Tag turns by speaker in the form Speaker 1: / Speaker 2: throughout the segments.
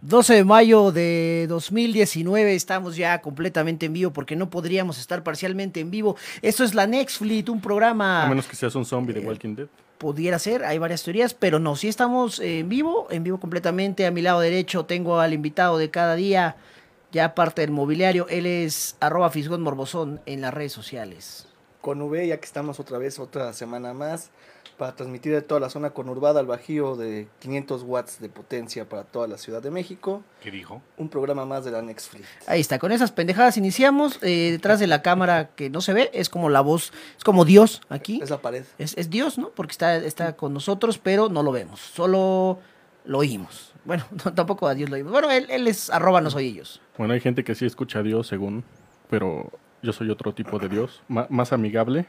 Speaker 1: 12 de mayo de 2019 estamos ya completamente en vivo porque no podríamos estar parcialmente en vivo. Esto es la Next Fleet, un programa...
Speaker 2: A menos que seas un zombie
Speaker 1: Eh,
Speaker 2: de Walking Dead.
Speaker 1: Pudiera ser, hay varias teorías, pero no, si estamos eh, en vivo, en vivo completamente. A mi lado derecho tengo al invitado de cada día, ya parte del mobiliario. Él es arroba Fisgón Morbosón en las redes sociales.
Speaker 3: con V, ya que estamos otra vez otra semana más para transmitir de toda la zona conurbada al Bajío de 500 watts de potencia para toda la Ciudad de México.
Speaker 2: ¿Qué dijo?
Speaker 3: Un programa más de la Next Fleet.
Speaker 1: Ahí está, con esas pendejadas iniciamos. eh, detrás de la cámara que no se ve, es como la voz, es como Dios aquí.
Speaker 3: Es la pared.
Speaker 1: Es, es Dios, ¿no? Porque está, está con nosotros, pero no lo vemos, solo lo oímos. Bueno, no, tampoco a Dios lo oímos. Bueno, él, él es arroba nos oíllos.
Speaker 2: Bueno, hay gente que sí escucha a Dios según, pero yo soy otro tipo de Dios, ma- más amigable.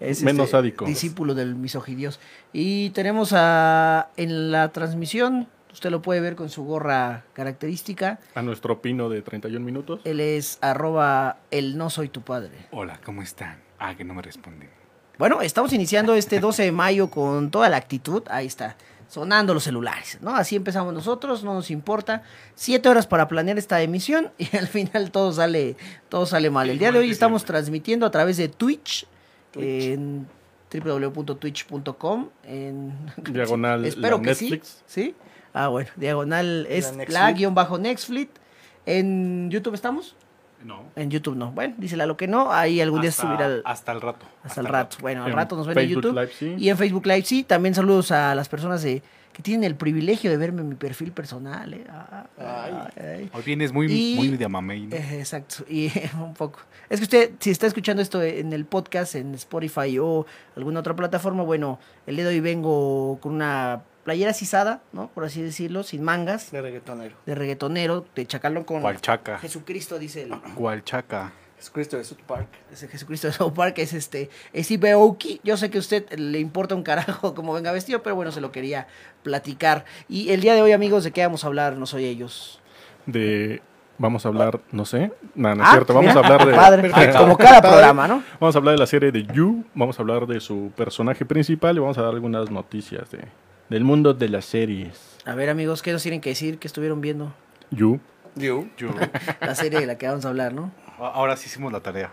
Speaker 1: Es este
Speaker 2: Menos sádico.
Speaker 1: Discípulo del misogidios. Y tenemos a, en la transmisión, usted lo puede ver con su gorra característica,
Speaker 2: A nuestro pino de 31 minutos.
Speaker 1: él es arroba el no soy tu padre.
Speaker 4: Hola, ¿cómo están? Ah, que no me responden.
Speaker 1: Bueno, estamos iniciando este 12 de mayo con toda la actitud. Ahí está, sonando los celulares, ¿no? Así empezamos nosotros, no nos importa. Siete horas para planear esta emisión y al final todo sale, todo sale mal. El día de hoy estamos transmitiendo a través de Twitch,
Speaker 3: Twitch.
Speaker 1: en www.twitch.com. En...
Speaker 2: Diagonal
Speaker 1: Eh, Espero
Speaker 2: la
Speaker 1: que
Speaker 2: Netflix.
Speaker 1: sí. Sí. Ah, bueno, diagonal es
Speaker 3: Netflix.
Speaker 1: la guión bajo Netflix. ¿En YouTube estamos?
Speaker 4: No.
Speaker 1: En YouTube no. Bueno, dísela lo que no. Ahí algún día subirá el-
Speaker 4: hasta el rato.
Speaker 1: hasta el rato. Bueno, al
Speaker 2: En
Speaker 1: rato nos ven
Speaker 2: Facebook
Speaker 1: en YouTube.
Speaker 2: Live, sí.
Speaker 1: Y en Facebook Live, sí. También saludos a las personas de, que tienen el privilegio de verme en mi perfil personal. eh. Ah, ah, ay.
Speaker 4: Hoy vienes muy,
Speaker 1: Y-
Speaker 4: muy de mamey. ¿no?
Speaker 1: Eh, Exacto, y un poco. Es que usted, si está escuchando esto en el podcast, en Spotify o alguna otra plataforma, bueno, el día de hoy vengo con una playera sisada, ¿no? Por así decirlo, sin mangas,
Speaker 3: De reggaetonero.
Speaker 1: de reggaetonero, de chacalón con
Speaker 4: ¿Cuál chaca?
Speaker 1: eh, Jesucristo, dice el,
Speaker 4: ¿Cuál chaca?
Speaker 3: Es Cristo de South Park.
Speaker 1: Ese Jesucristo de South Park es este es Ibeoki. Yo sé que a usted le importa un carajo cómo venga vestido, pero bueno, se lo quería platicar. Y el día de hoy, amigos, ¿de qué vamos a hablar? No soy ellos.
Speaker 2: De. Vamos a hablar, no sé. No, no es
Speaker 1: Ah,
Speaker 2: cierto. Vamos
Speaker 1: mira,
Speaker 2: a hablar
Speaker 1: qué
Speaker 2: de.
Speaker 1: padre, ah,
Speaker 2: Ajá.
Speaker 1: como cada
Speaker 2: Padre.
Speaker 1: programa, ¿no?
Speaker 2: Vamos a hablar de la serie de You. Vamos a hablar de su personaje principal y vamos a dar algunas noticias de, del mundo de las series.
Speaker 1: A ver, amigos, ¿qué nos tienen que decir? ¿Qué estuvieron viendo?
Speaker 2: You.
Speaker 3: You.
Speaker 4: Yo.
Speaker 1: La serie de la que vamos a hablar, ¿no?
Speaker 4: A- Ahora sí hicimos la tarea.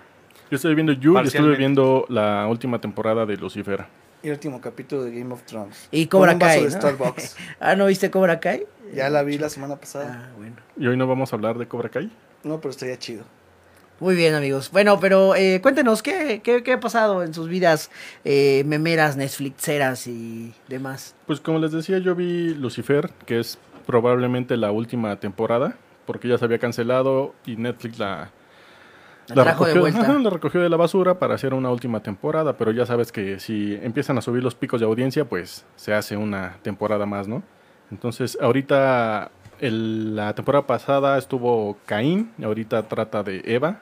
Speaker 2: Yo estoy viendo You y estuve
Speaker 4: Parcialmente.
Speaker 2: viendo la última temporada de Lucifer.
Speaker 3: Y el último capítulo de Game of Thrones.
Speaker 1: Y Cobra
Speaker 3: Con un vaso
Speaker 1: Kai,
Speaker 3: de
Speaker 1: ¿no?
Speaker 3: Starbucks.
Speaker 1: Ah, ¿no viste Cobra Kai?
Speaker 3: ya la vi la semana pasada.
Speaker 1: Ah, bueno.
Speaker 2: Y hoy no vamos a hablar de Cobra Kai.
Speaker 3: No, pero estaría chido.
Speaker 1: Muy bien, amigos. Bueno, pero eh, cuéntenos, ¿qué, qué, qué ha pasado en sus vidas eh, memeras, Netflixeras y demás?
Speaker 2: Pues como les decía, yo vi Lucifer, que es probablemente la última temporada, porque ya se había cancelado y Netflix la,
Speaker 1: La trajo de vuelta.
Speaker 2: ajá, la recogió de la basura para hacer una última temporada, pero ya sabes que si empiezan a subir los picos de audiencia, pues se hace una temporada más, ¿no? Entonces, ahorita, el- la temporada pasada estuvo Caín, y ahorita trata de Eva,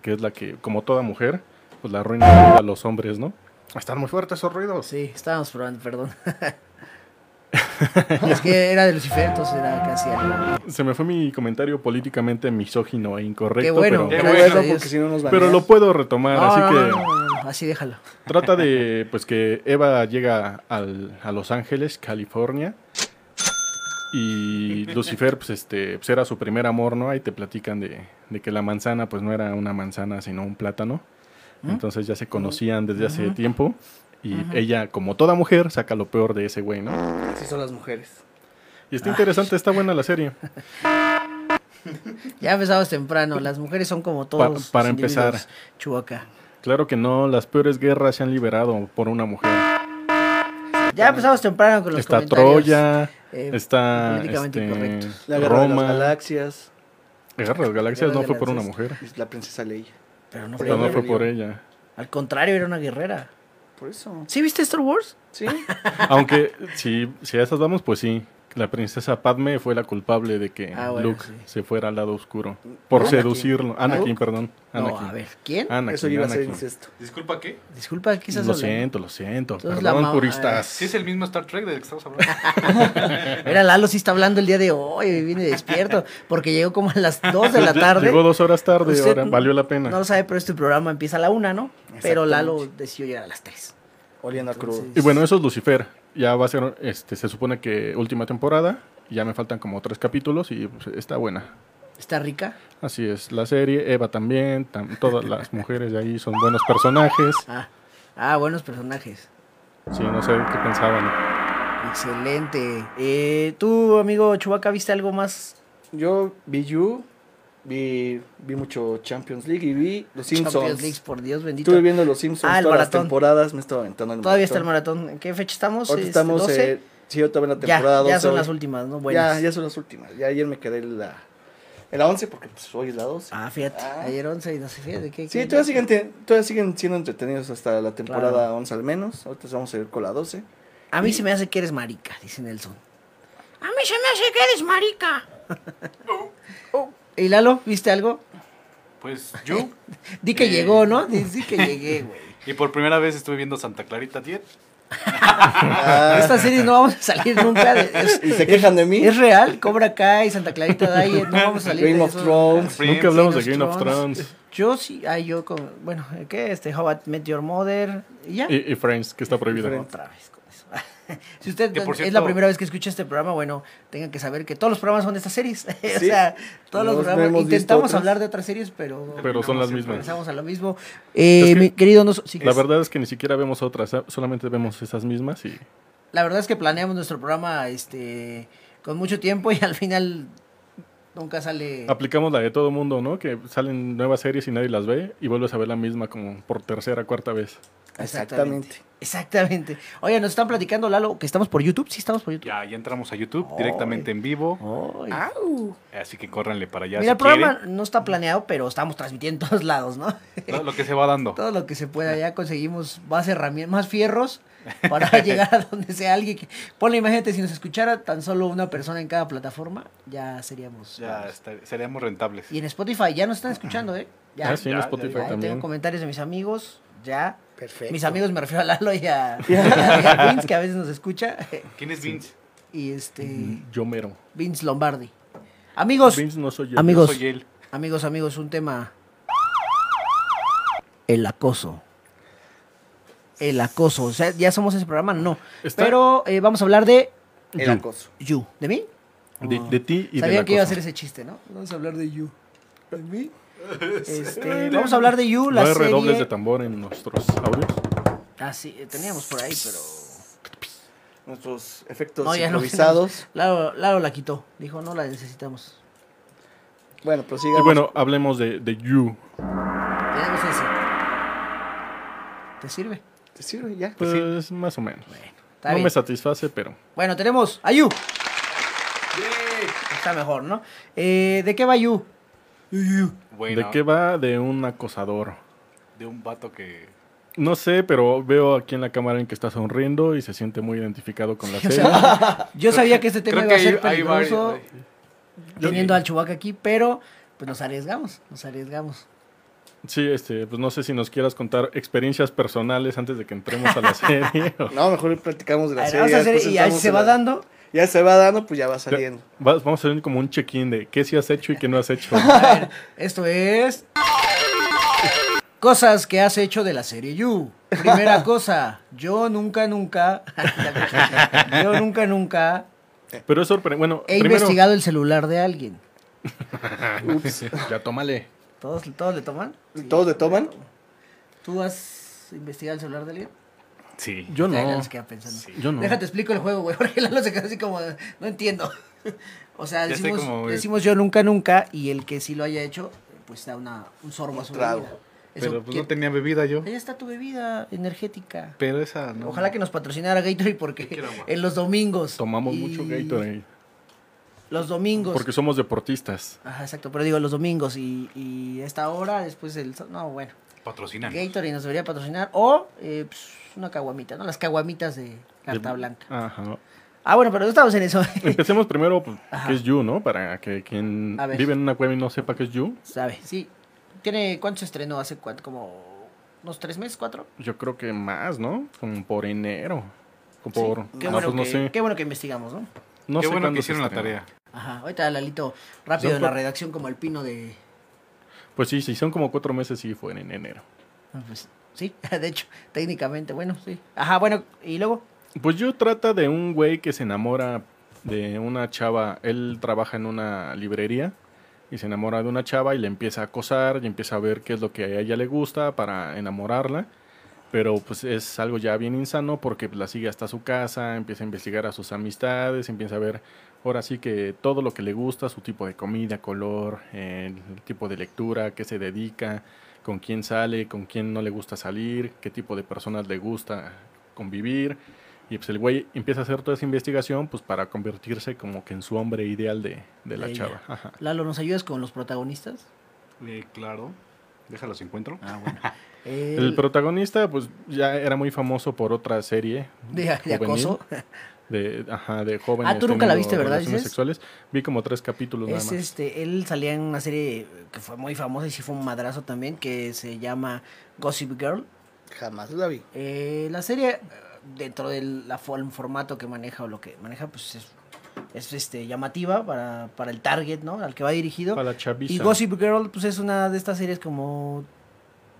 Speaker 2: que es la que, como toda mujer, pues la arruina la vida a los hombres, ¿no? Están muy fuertes esos ruidos.
Speaker 1: Sí, estábamos probando, perdón. es que era de Lucifer, entonces era casi algo.
Speaker 2: Se me fue mi comentario políticamente misógino e incorrecto.
Speaker 1: Qué
Speaker 2: pero,
Speaker 1: bueno, Qué
Speaker 3: Qué
Speaker 1: bueno,
Speaker 3: bueno,
Speaker 1: Dios.
Speaker 3: porque si no nos van
Speaker 2: pero lo puedo retomar,
Speaker 1: No,
Speaker 2: así
Speaker 1: no,
Speaker 2: que
Speaker 1: no, no, no, no, así déjalo.
Speaker 2: trata de pues que Eva llega al- a Los Ángeles, California. Y Lucifer, pues este, pues era su primer amor, ¿no? Ahí te platican de, de que la manzana, pues no era una manzana, sino un plátano.
Speaker 1: ¿Mm?
Speaker 2: Entonces ya se conocían desde hace tiempo. Y ella, como toda mujer, saca lo peor de ese güey, ¿no?
Speaker 3: Así son las mujeres.
Speaker 2: Y está interesante, está buena la serie.
Speaker 1: Ya empezamos temprano. Las mujeres son como todos.
Speaker 2: Pa-
Speaker 1: los
Speaker 2: para empezar.
Speaker 1: individuos, Chubaca.
Speaker 2: Claro que no, las peores guerras se han liberado por una mujer.
Speaker 1: Ya empezamos temprano con los
Speaker 2: está
Speaker 1: comentarios.
Speaker 2: Troya,
Speaker 1: eh,
Speaker 2: está
Speaker 1: políticamente
Speaker 2: este,
Speaker 1: incorrectos.
Speaker 3: La guerra de las
Speaker 2: Roma. La
Speaker 3: galaxias.
Speaker 2: guerra de las
Speaker 1: Guerra
Speaker 2: galaxias
Speaker 1: de
Speaker 2: no fue por una
Speaker 1: Galaxias.
Speaker 2: mujer,
Speaker 3: y La princesa Leia.
Speaker 1: Pero no fue,
Speaker 2: pero no
Speaker 3: Rebelión.
Speaker 2: fue por ella.
Speaker 1: Al contrario, era una guerrera.
Speaker 3: Por eso.
Speaker 1: ¿Sí viste Star Wars?
Speaker 3: Sí.
Speaker 2: Aunque si, si a esas vamos, pues sí. La princesa Padme fue la culpable de que
Speaker 1: Ah, bueno,
Speaker 2: Luke
Speaker 1: sí.
Speaker 2: se fuera al lado oscuro. Por
Speaker 3: Anakin.
Speaker 2: seducirlo. Anakin,
Speaker 1: Luke.
Speaker 2: perdón.
Speaker 1: No,
Speaker 2: Anakin.
Speaker 1: a ver, ¿quién?
Speaker 2: Anakin,
Speaker 3: Eso iba a ser
Speaker 2: Anakin.
Speaker 3: incesto.
Speaker 4: Disculpa, ¿qué?
Speaker 1: Disculpa, ¿qué estás
Speaker 2: Ah, Lo
Speaker 1: hablando?
Speaker 2: siento, lo siento.
Speaker 1: Entonces la eh,
Speaker 2: perdón,
Speaker 1: ma-
Speaker 2: puristas.
Speaker 4: Sí es el mismo Star Trek del que estamos hablando.
Speaker 1: Mira, Lalo sí está hablando el día de hoy, viene despierto, porque llegó como a las 2 de la tarde.
Speaker 2: Llegó dos horas tarde,
Speaker 1: Usted
Speaker 2: ahora
Speaker 1: no-
Speaker 2: valió la pena.
Speaker 1: No lo sabe, pero este programa empieza a la una, ¿no? Pero
Speaker 3: Exactamente.
Speaker 1: Lalo decidió llegar a las tres.
Speaker 3: Oliendo a crudo.
Speaker 2: Y
Speaker 1: Entonces-
Speaker 2: bueno, eso es Lucifer. Ya va a ser, este, se supone que última temporada. Ya me faltan como tres capítulos y pues, está buena.
Speaker 1: ¿Está rica?
Speaker 2: Así es, la serie, Eva también, tam- todas las mujeres de ahí son buenos personajes.
Speaker 1: Ah, ah, buenos personajes.
Speaker 2: Sí, no sé qué pensaban.
Speaker 1: Excelente. Eh, ¿Tú, amigo Chubaca, viste algo más?
Speaker 3: Yo vi You, vi, vi mucho Champions League y vi Los
Speaker 1: Champions League,
Speaker 3: Simpsons.
Speaker 1: por Dios bendito.
Speaker 3: Estuve viendo Los Simpsons
Speaker 1: Ah, el
Speaker 3: todas las
Speaker 1: maratón.
Speaker 3: temporadas, me estaba aventando el
Speaker 1: Todavía está el
Speaker 3: maratón.
Speaker 1: maratón. ¿En qué fecha estamos?
Speaker 3: Ahorita
Speaker 1: Este,
Speaker 3: estamos,
Speaker 1: 12.
Speaker 3: eh, sí, ahorita va la
Speaker 1: ya,
Speaker 3: temporada
Speaker 1: ya
Speaker 3: 12
Speaker 1: son
Speaker 3: hoy.
Speaker 1: las últimas, ¿no? Buenas.
Speaker 3: Ya, ya son las últimas. Ya ayer me quedé en la, en la 11 porque pues, hoy es la 12.
Speaker 1: Ah, fíjate.
Speaker 3: Ah.
Speaker 1: Ayer 11 y 12. Fíjate. ¿qué,
Speaker 3: Sí,
Speaker 1: qué-
Speaker 3: todavía siguen, te- todavía siguen siendo entretenidos hasta la temporada
Speaker 1: Claro.
Speaker 3: 11 al menos. Ahorita vamos a ir con la 12.
Speaker 1: A mí se me hace que eres marica, dice Nelson. A mí se me hace que eres marica.
Speaker 3: Oh.
Speaker 1: Oh. ¿Y Lalo, viste algo?
Speaker 4: Pues yo.
Speaker 1: Di que
Speaker 4: Eh.
Speaker 1: llegó, ¿no? Di, di que llegué, güey.
Speaker 4: Y por primera vez estuve viendo Santa Clarita 10.
Speaker 1: Ah. Esta serie no vamos a salir nunca. de- es,
Speaker 3: Ah, ¿Y se quejan de mí?
Speaker 1: es real, Cobra Kai, Santa Clarita Diet, no vamos a salir
Speaker 3: Game
Speaker 1: de
Speaker 3: of
Speaker 1: eso.
Speaker 3: Thrones.
Speaker 4: Friends,
Speaker 2: Nunca hablamos de
Speaker 1: Game
Speaker 2: Game
Speaker 1: of
Speaker 2: of Thrones
Speaker 1: Yo sí, ay, yo con, bueno, ¿qué? Este, How I Met Your Mother, y ya.
Speaker 2: y, y Friends, que está prohibido.
Speaker 1: Otra vez con eso. si usted
Speaker 4: Que, por
Speaker 1: es
Speaker 4: cierto-
Speaker 1: la primera vez que escucha este programa, bueno, tengan que saber que todos los programas son de estas series. o
Speaker 3: Sí.
Speaker 1: sea, todos los
Speaker 3: No- no
Speaker 1: programas.
Speaker 3: hemos visto
Speaker 1: intentamos
Speaker 3: otras.
Speaker 1: hablar de otras series, pero,
Speaker 2: Pero son las mismas.
Speaker 1: pensamos a lo mismo. Eh,
Speaker 2: Es que-
Speaker 1: mi querido, no, sí.
Speaker 2: La verdad es que ni siquiera vemos otras, ¿eh? solamente vemos esas mismas y
Speaker 1: La verdad es que planeamos nuestro programa este con mucho tiempo y al final nunca sale.
Speaker 2: aplicamos la de todo mundo, ¿no? Que salen nuevas series y nadie las ve y vuelves a ver la misma como por tercera, cuarta vez.
Speaker 1: ah,
Speaker 3: Exactamente.
Speaker 1: Exactamente. Oye, nos están platicando, Lalo, que estamos por YouTube. Sí, estamos por YouTube.
Speaker 4: Ya, ya entramos a YouTube directamente en vivo.
Speaker 1: Ay.
Speaker 2: Ah,
Speaker 4: Así que córranle para allá.
Speaker 1: Mira,
Speaker 4: si
Speaker 1: el programa no está planeado, pero estamos transmitiendo en todos lados, ¿no?
Speaker 4: quieren. Lo, lo que se va dando.
Speaker 1: Todo lo que se pueda, ya conseguimos más herramientas, más fierros para llegar a donde sea alguien que... Ponle, imagínate, si nos escuchara tan solo una persona en cada plataforma, ya seríamos...
Speaker 4: Ya estar- seremos rentables.
Speaker 1: Y en Spotify ya nos están escuchando, ¿eh? Ya,
Speaker 2: ah, sí, en
Speaker 4: ya,
Speaker 2: Spotify
Speaker 4: ya,
Speaker 1: Ahí
Speaker 2: también.
Speaker 1: tengo comentarios de mis amigos, ya.
Speaker 3: Perfecto.
Speaker 1: Mis amigos me refiero a Lalo y a, y a- y a Vince, que a veces nos escucha.
Speaker 4: ¿Quién es Vince?
Speaker 1: Y este...
Speaker 2: Yo mero.
Speaker 1: Vince Lombardi. Amigos,
Speaker 2: Vince no soy yo.
Speaker 1: Amigos.
Speaker 4: Soy él.
Speaker 1: amigos, amigos, un tema... El acoso. El acoso. O sea, ya somos ese programa, no.
Speaker 2: Está-
Speaker 1: Pero eh, vamos a hablar de
Speaker 3: El acoso.
Speaker 1: You. ¿De mí?
Speaker 2: De, de ti y de
Speaker 1: Sabían
Speaker 2: la
Speaker 1: que iba a
Speaker 2: cosa.
Speaker 1: hacer ese chiste, ¿no? Vamos a hablar de You. ¿De mí? Este, vamos a hablar de You,
Speaker 2: No
Speaker 1: la
Speaker 2: hay redobles de
Speaker 1: serie...
Speaker 2: tambor en nuestros audios.
Speaker 1: Ah, sí, eh, teníamos por ahí, pero...
Speaker 3: Nuestros efectos
Speaker 1: No, ya no.
Speaker 3: improvisados.
Speaker 1: Laro, Laro la quitó. Dijo, no la necesitamos.
Speaker 3: Bueno, pues
Speaker 2: Y
Speaker 3: prosigamos.
Speaker 2: bueno, hablemos de, de You.
Speaker 1: Tenemos ese. ¿Te sirve?
Speaker 3: ¿Te sirve ya?
Speaker 2: Pues más o menos.
Speaker 1: Está
Speaker 2: No
Speaker 1: bien.
Speaker 2: me satisface, pero
Speaker 1: Bueno, tenemos a Yu. Está mejor, ¿no? Eh, ¿De qué va Yu?
Speaker 4: Bueno,
Speaker 2: ¿de qué va? De un acosador.
Speaker 4: de un vato que
Speaker 2: No sé, pero veo aquí en la cámara en que está sonriendo y se siente muy identificado con la
Speaker 1: O
Speaker 2: serie.
Speaker 1: sea, yo sabía que este tema
Speaker 4: Creo
Speaker 1: iba a
Speaker 4: que
Speaker 1: ser
Speaker 4: hay- hay
Speaker 1: peligroso
Speaker 4: varios,
Speaker 1: teniendo al Chubaca aquí, pero pues nos arriesgamos, nos arriesgamos.
Speaker 2: Sí, este, pues no sé si nos quieras contar experiencias personales antes de que entremos a la serie. o-
Speaker 3: No, mejor platicamos de
Speaker 1: A
Speaker 3: la
Speaker 1: ver,
Speaker 3: serie.
Speaker 1: vamos a
Speaker 3: ya
Speaker 1: hacer,
Speaker 3: después
Speaker 1: y ahí
Speaker 3: entramos
Speaker 1: se
Speaker 3: en
Speaker 1: va
Speaker 3: la-
Speaker 1: dando.
Speaker 3: Ya se va dando, pues ya va saliendo.
Speaker 2: Vas- vamos a hacer como un check-in de qué sí has hecho y qué no has hecho.
Speaker 1: A ver, esto es. Cosas que has hecho de la serie You. Primera cosa, yo nunca, nunca. yo nunca, nunca
Speaker 2: Pero es sorprendente. Bueno,
Speaker 1: he
Speaker 2: primero,
Speaker 1: investigado el celular de alguien.
Speaker 2: ya tómale.
Speaker 1: ¿Todos, todos le toman?
Speaker 3: ¿Todos le toman?
Speaker 1: ¿Tú has investigado el celular de alguien?
Speaker 4: sí.
Speaker 2: Yo
Speaker 1: Ay, Lalo
Speaker 2: no.
Speaker 1: se queda pensando.
Speaker 2: Yo no.
Speaker 1: Déjate explico el juego, güey, porque Lalo se quedó así como, no entiendo. O sea,
Speaker 4: Ya estoy
Speaker 1: decimos,
Speaker 4: como, güey.
Speaker 1: decimos yo nunca, nunca, y el que sí lo haya hecho, pues da una, un sorbo a su
Speaker 3: trago.
Speaker 1: bebida. Eso
Speaker 4: Pero pues,
Speaker 1: que-
Speaker 4: no tenía bebida yo.
Speaker 1: Ahí está tu bebida energética.
Speaker 4: Pero esa no.
Speaker 1: Ojalá que nos patrocinara Gatorade porque
Speaker 4: Quiero agua.
Speaker 1: en los domingos.
Speaker 2: Tomamos
Speaker 1: y-
Speaker 2: mucho Gatorade.
Speaker 1: Los domingos.
Speaker 2: Porque somos deportistas.
Speaker 1: Ajá, exacto, pero digo los domingos y, y a esta hora, después del... so- No, bueno.
Speaker 4: patrocinan.
Speaker 1: Gatorade nos debería patrocinar o eh, pues, una caguamita, ¿no? Las caguamitas de carta
Speaker 2: De-
Speaker 1: blanca.
Speaker 2: Ajá.
Speaker 1: Ah, bueno, pero no estamos en eso.
Speaker 2: Empecemos primero pues,
Speaker 1: Ajá.
Speaker 2: qué es You, ¿no? Para que quien
Speaker 1: A ver.
Speaker 2: vive en una cueva y no sepa qué es You.
Speaker 1: ¿Sabe? Sí. ¿Tiene cuánto se estrenó? ¿Hace cuánto? ¿Como unos tres meses, cuatro?
Speaker 2: Yo creo que más, ¿no? Como por enero. O
Speaker 1: Sí.
Speaker 2: por.
Speaker 1: Qué,
Speaker 2: ah,
Speaker 1: bueno
Speaker 2: pues no
Speaker 1: que,
Speaker 2: sé.
Speaker 1: qué bueno que investigamos, ¿no?
Speaker 2: No
Speaker 4: Qué
Speaker 2: sé
Speaker 4: bueno
Speaker 2: cuándo
Speaker 4: que
Speaker 2: se
Speaker 4: hicieron la
Speaker 2: estrenó.
Speaker 4: tarea.
Speaker 1: Ajá, ahorita Lalito rápido
Speaker 2: Son
Speaker 1: en la
Speaker 2: cua-
Speaker 1: redacción como el pino de...
Speaker 2: Pues sí, sí, son como cuatro meses sí fue en enero.
Speaker 1: Ah, pues, sí, de hecho, técnicamente, bueno, sí. Ajá, bueno, y luego...
Speaker 2: Pues yo trata de un güey que se enamora de una chava. Él trabaja en una librería y se enamora de una chava y le empieza a acosar y empieza a ver qué es lo que a ella le gusta para enamorarla. Pero pues es algo ya bien insano porque pues, la sigue hasta su casa, empieza a investigar a sus amistades, empieza a ver ahora sí que todo lo que le gusta, su tipo de comida, color, eh, el tipo de lectura, qué se dedica, con quién sale, con quién no le gusta salir, qué tipo de personas le gusta convivir. Y pues el güey empieza a hacer toda esa investigación pues para convertirse como que en su hombre ideal de, de la
Speaker 1: De ella.
Speaker 2: chava. Ajá.
Speaker 1: Lalo, ¿nos ayudas con los protagonistas?
Speaker 4: Eh, claro. Déjalos encuentro.
Speaker 1: Ah, bueno.
Speaker 2: El protagonista pues ya era muy famoso por otra serie
Speaker 1: de, de acoso.
Speaker 2: de, ajá, de jóvenes.
Speaker 1: Ah, tú nunca la
Speaker 2: teniendo
Speaker 1: viste, ¿verdad,
Speaker 2: relaciones
Speaker 1: dices?
Speaker 2: sexuales. Vi como tres capítulos nada
Speaker 1: Es
Speaker 2: más.
Speaker 1: este, él salía en una serie que fue muy famosa y sí fue un madrazo también, que se llama Gossip Girl.
Speaker 3: Jamás la vi.
Speaker 1: Eh, la serie, eh, dentro del la, fo- el formato que maneja o lo que maneja, pues es, es, este, llamativa para, para el target, ¿no? Al que va dirigido.
Speaker 2: Para la chaviza.
Speaker 1: Y Gossip Girl, pues es una de estas series como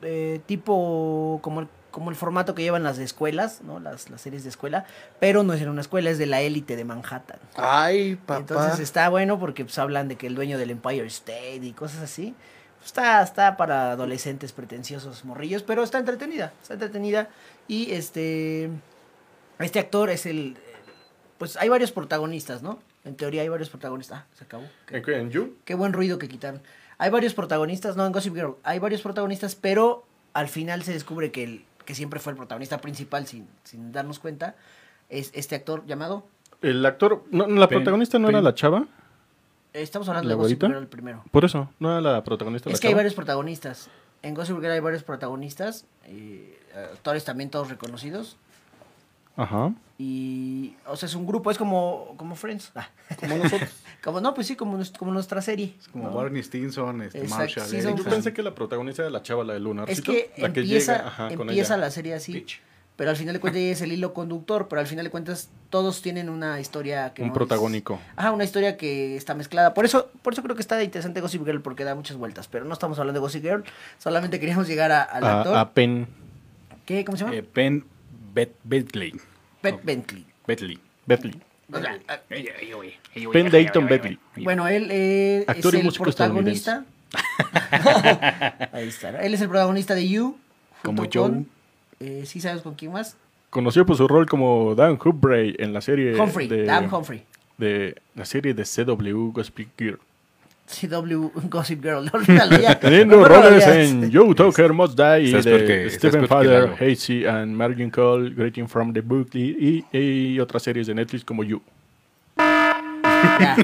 Speaker 1: eh, tipo, como el, como el formato que llevan las de escuelas, ¿no? Las, las series de escuela, pero no es en una escuela, es de la élite de Manhattan.
Speaker 3: Ah, Ay, papá.
Speaker 1: Entonces está bueno porque pues hablan de que el dueño del Empire State y cosas así. Pues, Está, está para adolescentes pretenciosos, morrillos, pero está entretenida, está entretenida. Y este, este actor es el, pues hay varios protagonistas, ¿no? En teoría hay varios protagonistas. Ah, se acabó. Qué-
Speaker 2: ¿En qué? ¿En You?
Speaker 1: Qué buen ruido que quitaron. Hay varios protagonistas, no en Gossip Girl, hay varios protagonistas, pero al final se descubre que el que siempre fue el protagonista principal sin, sin darnos cuenta es este actor llamado
Speaker 2: El actor, no, no, la
Speaker 4: Pen-
Speaker 2: protagonista no
Speaker 4: Pen-
Speaker 2: era la chava,
Speaker 1: eh, estamos hablando
Speaker 2: ¿La
Speaker 1: de Gossip
Speaker 2: güerita?
Speaker 1: Girl primero.
Speaker 2: por eso, no era la protagonista la
Speaker 1: Es que hay
Speaker 2: chava?
Speaker 1: varios protagonistas. En Gossip Girl hay varios protagonistas, eh, actores también todos reconocidos
Speaker 2: Ajá.
Speaker 1: y o sea, es un grupo, es como como Friends. Ah,
Speaker 3: Como nosotros.
Speaker 1: como no, pues sí, como, nues- como nuestra serie.
Speaker 4: Es como
Speaker 1: ¿no?
Speaker 4: Barney Stinson, este
Speaker 1: Exacto,
Speaker 4: Marshall.
Speaker 1: sí, son-
Speaker 2: Yo pensé que la protagonista era la chava, la de Luna.
Speaker 1: Es que
Speaker 2: la
Speaker 1: empieza,
Speaker 2: ajá, con
Speaker 1: empieza
Speaker 2: ella.
Speaker 1: la serie así. Pero al final de cuentas ella es el hilo conductor, pero al final de cuentas todos tienen una historia que
Speaker 2: Un
Speaker 1: no es-
Speaker 2: protagónico.
Speaker 1: Ajá, una historia que está mezclada. Por eso, por eso creo que está interesante Gossip Girl, porque da muchas vueltas. Pero no estamos hablando de Gossip Girl, solamente queríamos llegar a- al actor.
Speaker 2: A, a Pen
Speaker 1: ¿Qué? ¿Cómo se llama?
Speaker 4: Eh, ben Bet Bentley.
Speaker 1: Pet Bentley.
Speaker 4: Bentley.
Speaker 2: Bentley.
Speaker 1: O sea, a-
Speaker 2: Penn Dayton Bentley.
Speaker 1: Bueno, él eh, es
Speaker 2: Actor y
Speaker 1: el
Speaker 2: músico
Speaker 1: protagonista. Ahí está. ¿no? Él es el protagonista de You.
Speaker 4: Como
Speaker 1: junto con, eh, sí, sabes con quién más.
Speaker 2: Conocido por pues, su rol como Dan Humphrey en la serie
Speaker 1: Humphrey.
Speaker 2: Eh, de,
Speaker 1: Dan Humphrey.
Speaker 2: de la serie de CW Gossip Girl.
Speaker 1: CW Gossip Girl. Olvídalo ya.
Speaker 2: Teniendo
Speaker 1: No lo
Speaker 2: roles
Speaker 1: veas.
Speaker 2: en Joe Tucker, Must Die, y
Speaker 4: Estás peor que-
Speaker 2: de
Speaker 4: estás
Speaker 2: Stephen
Speaker 4: peor que
Speaker 2: Father,
Speaker 4: Lalo.
Speaker 2: Hazy and Margin Call, Greeting from the Brooklyn y, y otras series de Netflix como You.
Speaker 1: Ya,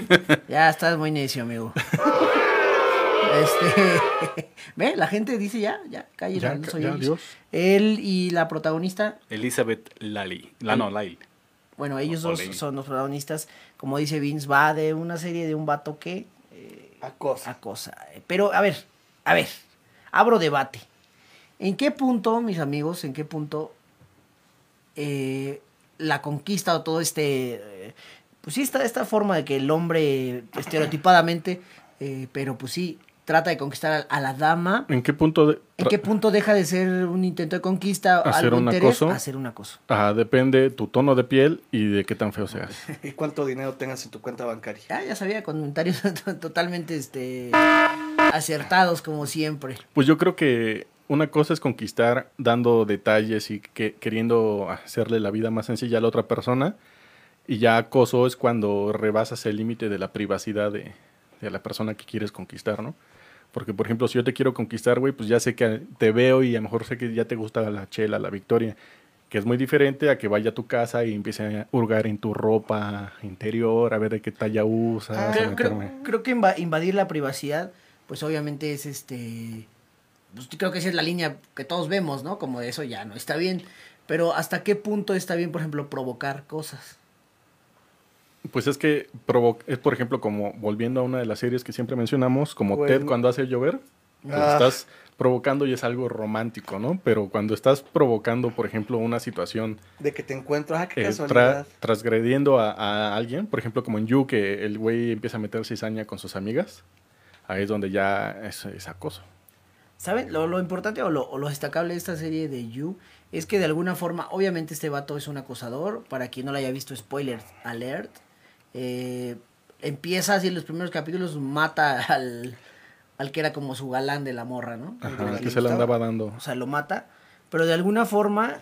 Speaker 1: ya estás muy necio, amigo. Este, ve, la gente dice ya, ya, calle,
Speaker 2: Ya,
Speaker 1: no
Speaker 2: ca-
Speaker 1: soy
Speaker 2: ya,
Speaker 1: ellos.
Speaker 2: adiós.
Speaker 1: Él y la protagonista,
Speaker 4: Elizabeth Lally. La, no, Lyle.
Speaker 1: bueno, ellos dos
Speaker 4: Ole.
Speaker 1: son los protagonistas, como dice Vince, va de una serie de un vato que eh,
Speaker 3: A cosa.
Speaker 1: acosa. Pero, a ver, a ver, abro debate. ¿En qué punto, mis amigos, en qué punto eh, la conquista o todo este... eh, pues sí, esta, esta forma de que el hombre estereotipadamente, eh, pero pues sí, trata de conquistar a, a la dama.
Speaker 2: ¿En qué punto? de-
Speaker 1: ¿En qué punto deja de ser un intento de conquista,
Speaker 2: ¿Hacer
Speaker 1: algo
Speaker 2: un
Speaker 1: interés,
Speaker 2: acoso?
Speaker 1: hacer un acoso?
Speaker 2: Ajá, depende tu tono de piel y de qué tan feo seas.
Speaker 3: ¿Y cuánto dinero tengas en tu cuenta bancaria?
Speaker 1: Ya, ya sabía, comentarios totalmente este, acertados como siempre.
Speaker 2: Pues yo creo que una cosa es conquistar dando detalles y que, queriendo hacerle la vida más sencilla a la otra persona. Y ya acoso es cuando rebasas el límite de la privacidad de, de la persona que quieres conquistar, ¿no? Porque, por ejemplo, si yo te quiero conquistar, güey, pues ya sé que te veo y a lo mejor sé que ya te gusta la chela, la victoria. Que es muy diferente a que vaya a tu casa y empiece a hurgar en tu ropa interior, a ver de qué talla usas. a
Speaker 1: Ah, creo, creo-
Speaker 2: meterme.
Speaker 1: creo que inva- invadir la privacidad, pues obviamente es este. pues, creo que esa es la línea que todos vemos, ¿no? Como de eso ya no está bien. Pero ¿hasta qué punto está bien, por ejemplo, provocar cosas?
Speaker 2: Pues es que provo- es por ejemplo como volviendo a una de las series que siempre mencionamos, como
Speaker 3: Güey,
Speaker 2: Ted
Speaker 3: no-
Speaker 2: cuando hace llover, pues
Speaker 3: Ah.
Speaker 2: estás provocando y es algo romántico, ¿no? Pero cuando estás provocando, por ejemplo, una situación
Speaker 3: De que te encuentro. Ah, qué
Speaker 2: eh, tra-
Speaker 3: casualidad.
Speaker 2: transgrediendo a, a alguien, por ejemplo, como en You, que el güey empieza a meter cizaña con sus amigas, ahí es donde ya es, es acoso.
Speaker 1: ¿Saben? Lo, lo importante o lo, o lo destacable de esta serie de You es que de alguna forma, obviamente este vato es un acosador. Para quien no lo haya visto, spoiler alert. eh, empieza así los primeros capítulos, mata al, al que era como su galán de la morra, ¿no? Al
Speaker 2: Ajá,
Speaker 1: le
Speaker 2: que se le
Speaker 1: gustaba.
Speaker 2: andaba dando.
Speaker 1: O sea, lo mata, pero de alguna forma...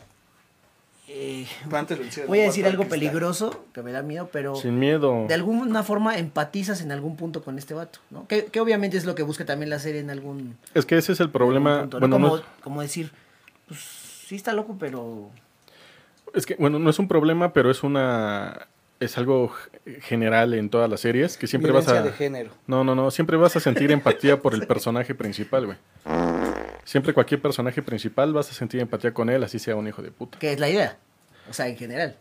Speaker 1: eh,
Speaker 3: Antes lo hicieron
Speaker 1: voy a
Speaker 3: en un
Speaker 1: decir
Speaker 3: cuarto
Speaker 1: algo
Speaker 3: de cristal.
Speaker 1: peligroso, que me da miedo, pero...
Speaker 2: Sin miedo.
Speaker 1: Oh. De alguna forma empatizas en algún punto con este vato, ¿no? Que, que obviamente es lo que busca también la serie en algún
Speaker 2: Es que ese es el problema.
Speaker 1: punto, ¿no?
Speaker 2: bueno, no
Speaker 1: como,
Speaker 2: es-
Speaker 1: como decir, pues sí está loco, pero
Speaker 2: Es que, bueno, no es un problema, pero es una. Es algo g- general en todas las series que siempre vas
Speaker 3: Violencia
Speaker 2: a.
Speaker 3: de género.
Speaker 2: No, no, no. Siempre vas a sentir empatía por el personaje principal, güey. Siempre cualquier personaje principal vas a sentir empatía con él, así sea un hijo de puta.
Speaker 1: que es la idea. O sea, en general.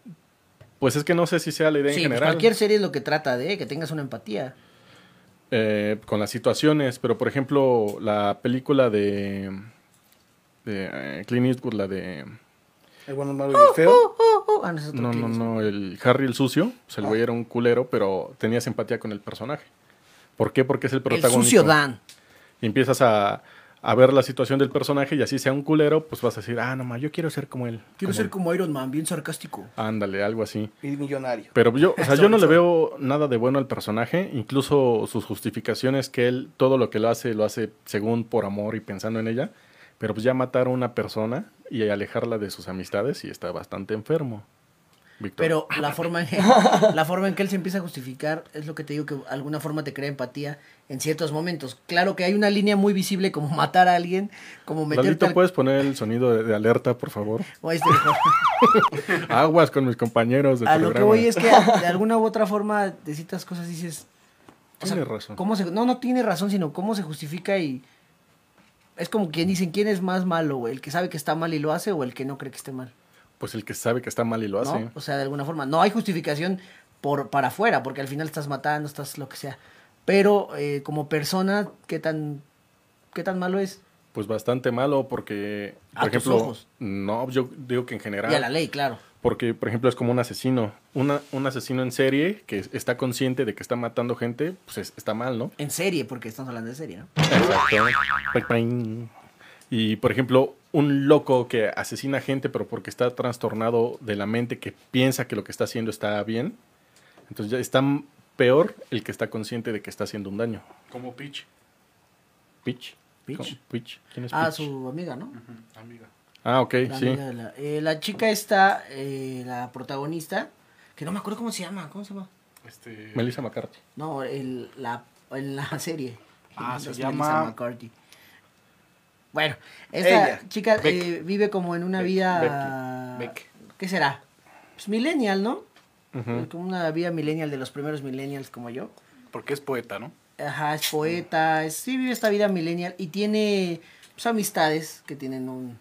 Speaker 2: Pues es que no sé si sea la idea
Speaker 1: Sí,
Speaker 2: en
Speaker 1: pues,
Speaker 2: general.
Speaker 1: cualquier serie es lo que trata de que tengas una empatía.
Speaker 2: eh, con las situaciones, pero por ejemplo, la película de. de eh, Clint Eastwood, la de.
Speaker 3: El bueno, malo y el feo.
Speaker 1: Oh, ah, no, ese es otro
Speaker 2: No, no,
Speaker 1: Clint Eastwood.
Speaker 2: no, el Harry el sucio, pues el güey era un culero, pero tenías empatía con el personaje. ¿Por qué? Porque es el
Speaker 1: El
Speaker 2: protagonista.
Speaker 1: sucio Dan.
Speaker 2: Y empiezas a, a ver la situación del personaje y así sea un culero, pues vas a decir, ah, no, ma, yo quiero ser como él. él.
Speaker 1: como Iron Man, bien sarcástico.
Speaker 2: Ándale, algo así.
Speaker 3: Y millonario.
Speaker 2: Pero yo, o sea, yo
Speaker 1: Sobre
Speaker 2: no le
Speaker 1: todo.
Speaker 2: veo nada de bueno al personaje, incluso sus justificaciones que él, todo lo que lo hace, lo hace según por amor y pensando en ella. Pero pues ya matar a una persona y alejarla de sus amistades y está bastante enfermo. Víctor.
Speaker 1: Pero la forma, en, la forma en que él se empieza a justificar es lo que te digo que alguna forma te crea empatía en ciertos momentos. Claro que hay una línea muy visible como matar a alguien, como meterte
Speaker 2: Lalito, pues.
Speaker 1: al-
Speaker 2: ¿puedes poner el sonido de, de alerta, por favor?
Speaker 1: o este, mejor.
Speaker 2: Aguas con mis compañeros de
Speaker 1: A lo que
Speaker 2: programa.
Speaker 1: voy es que a- de alguna u otra forma de ciertas cosas dices. o sea,
Speaker 2: Tienes razón.
Speaker 1: ¿cómo se- no, no tiene razón, sino cómo se justifica y. Es como quien dicen, ¿quién es más malo, güey? ¿El que sabe que está mal y lo hace o el que no cree que esté mal?
Speaker 2: Pues el que sabe que está mal y lo
Speaker 1: ¿no?
Speaker 2: hace.
Speaker 1: O sea, de alguna forma. No hay justificación por, para afuera, porque al final estás matando, estás lo que sea. Pero eh, como persona, ¿qué tan, ¿qué tan malo es?
Speaker 2: Pues bastante malo porque,
Speaker 1: A
Speaker 2: por
Speaker 1: tus
Speaker 2: ejemplo,
Speaker 1: ojos.
Speaker 2: no, yo digo que en general.
Speaker 1: Y a la ley, claro.
Speaker 2: Porque, por ejemplo, es como un asesino. Una, un asesino en serie que es- está consciente de que está matando gente, pues es- está mal, ¿no?
Speaker 1: En serie, porque estamos hablando de serie, ¿no?
Speaker 2: Exacto. Pain, pain. Y, por ejemplo, un loco que asesina gente, pero porque está trastornado de la mente, que piensa que lo que está haciendo está bien. Entonces ya está m- peor el que está consciente de que está haciendo un daño.
Speaker 4: Como Peach,
Speaker 2: Pitch.
Speaker 1: Peach.
Speaker 2: ¿Cómo? Peach. ¿Quién es
Speaker 1: Ah,
Speaker 2: Peach?
Speaker 1: su amiga, ¿no?
Speaker 4: amiga.
Speaker 2: Ah, ok,
Speaker 1: La,
Speaker 2: sí.
Speaker 1: amiga de la, eh, la chica está, la protagonista, que no me acuerdo cómo se llama, ¿cómo se llama?
Speaker 4: Este.
Speaker 2: Melissa McCarthy.
Speaker 1: No, el, la, en la serie.
Speaker 4: Ah, se
Speaker 1: Es
Speaker 4: llama-
Speaker 1: Melissa McCarthy. Bueno, esta
Speaker 3: Ella,
Speaker 1: chica
Speaker 4: Beck.
Speaker 1: eh, vive como en una
Speaker 4: Beck,
Speaker 1: vida...
Speaker 4: Becky,
Speaker 1: ¿Qué será? Pues millennial, ¿no? Eh,
Speaker 2: Ujú.
Speaker 1: Como una vida millennial de los primeros millennials como yo.
Speaker 4: Porque es poeta, ¿no?
Speaker 1: Ajá, es poeta, es- sí vive esta vida millennial y tiene pues, amistades que tienen un,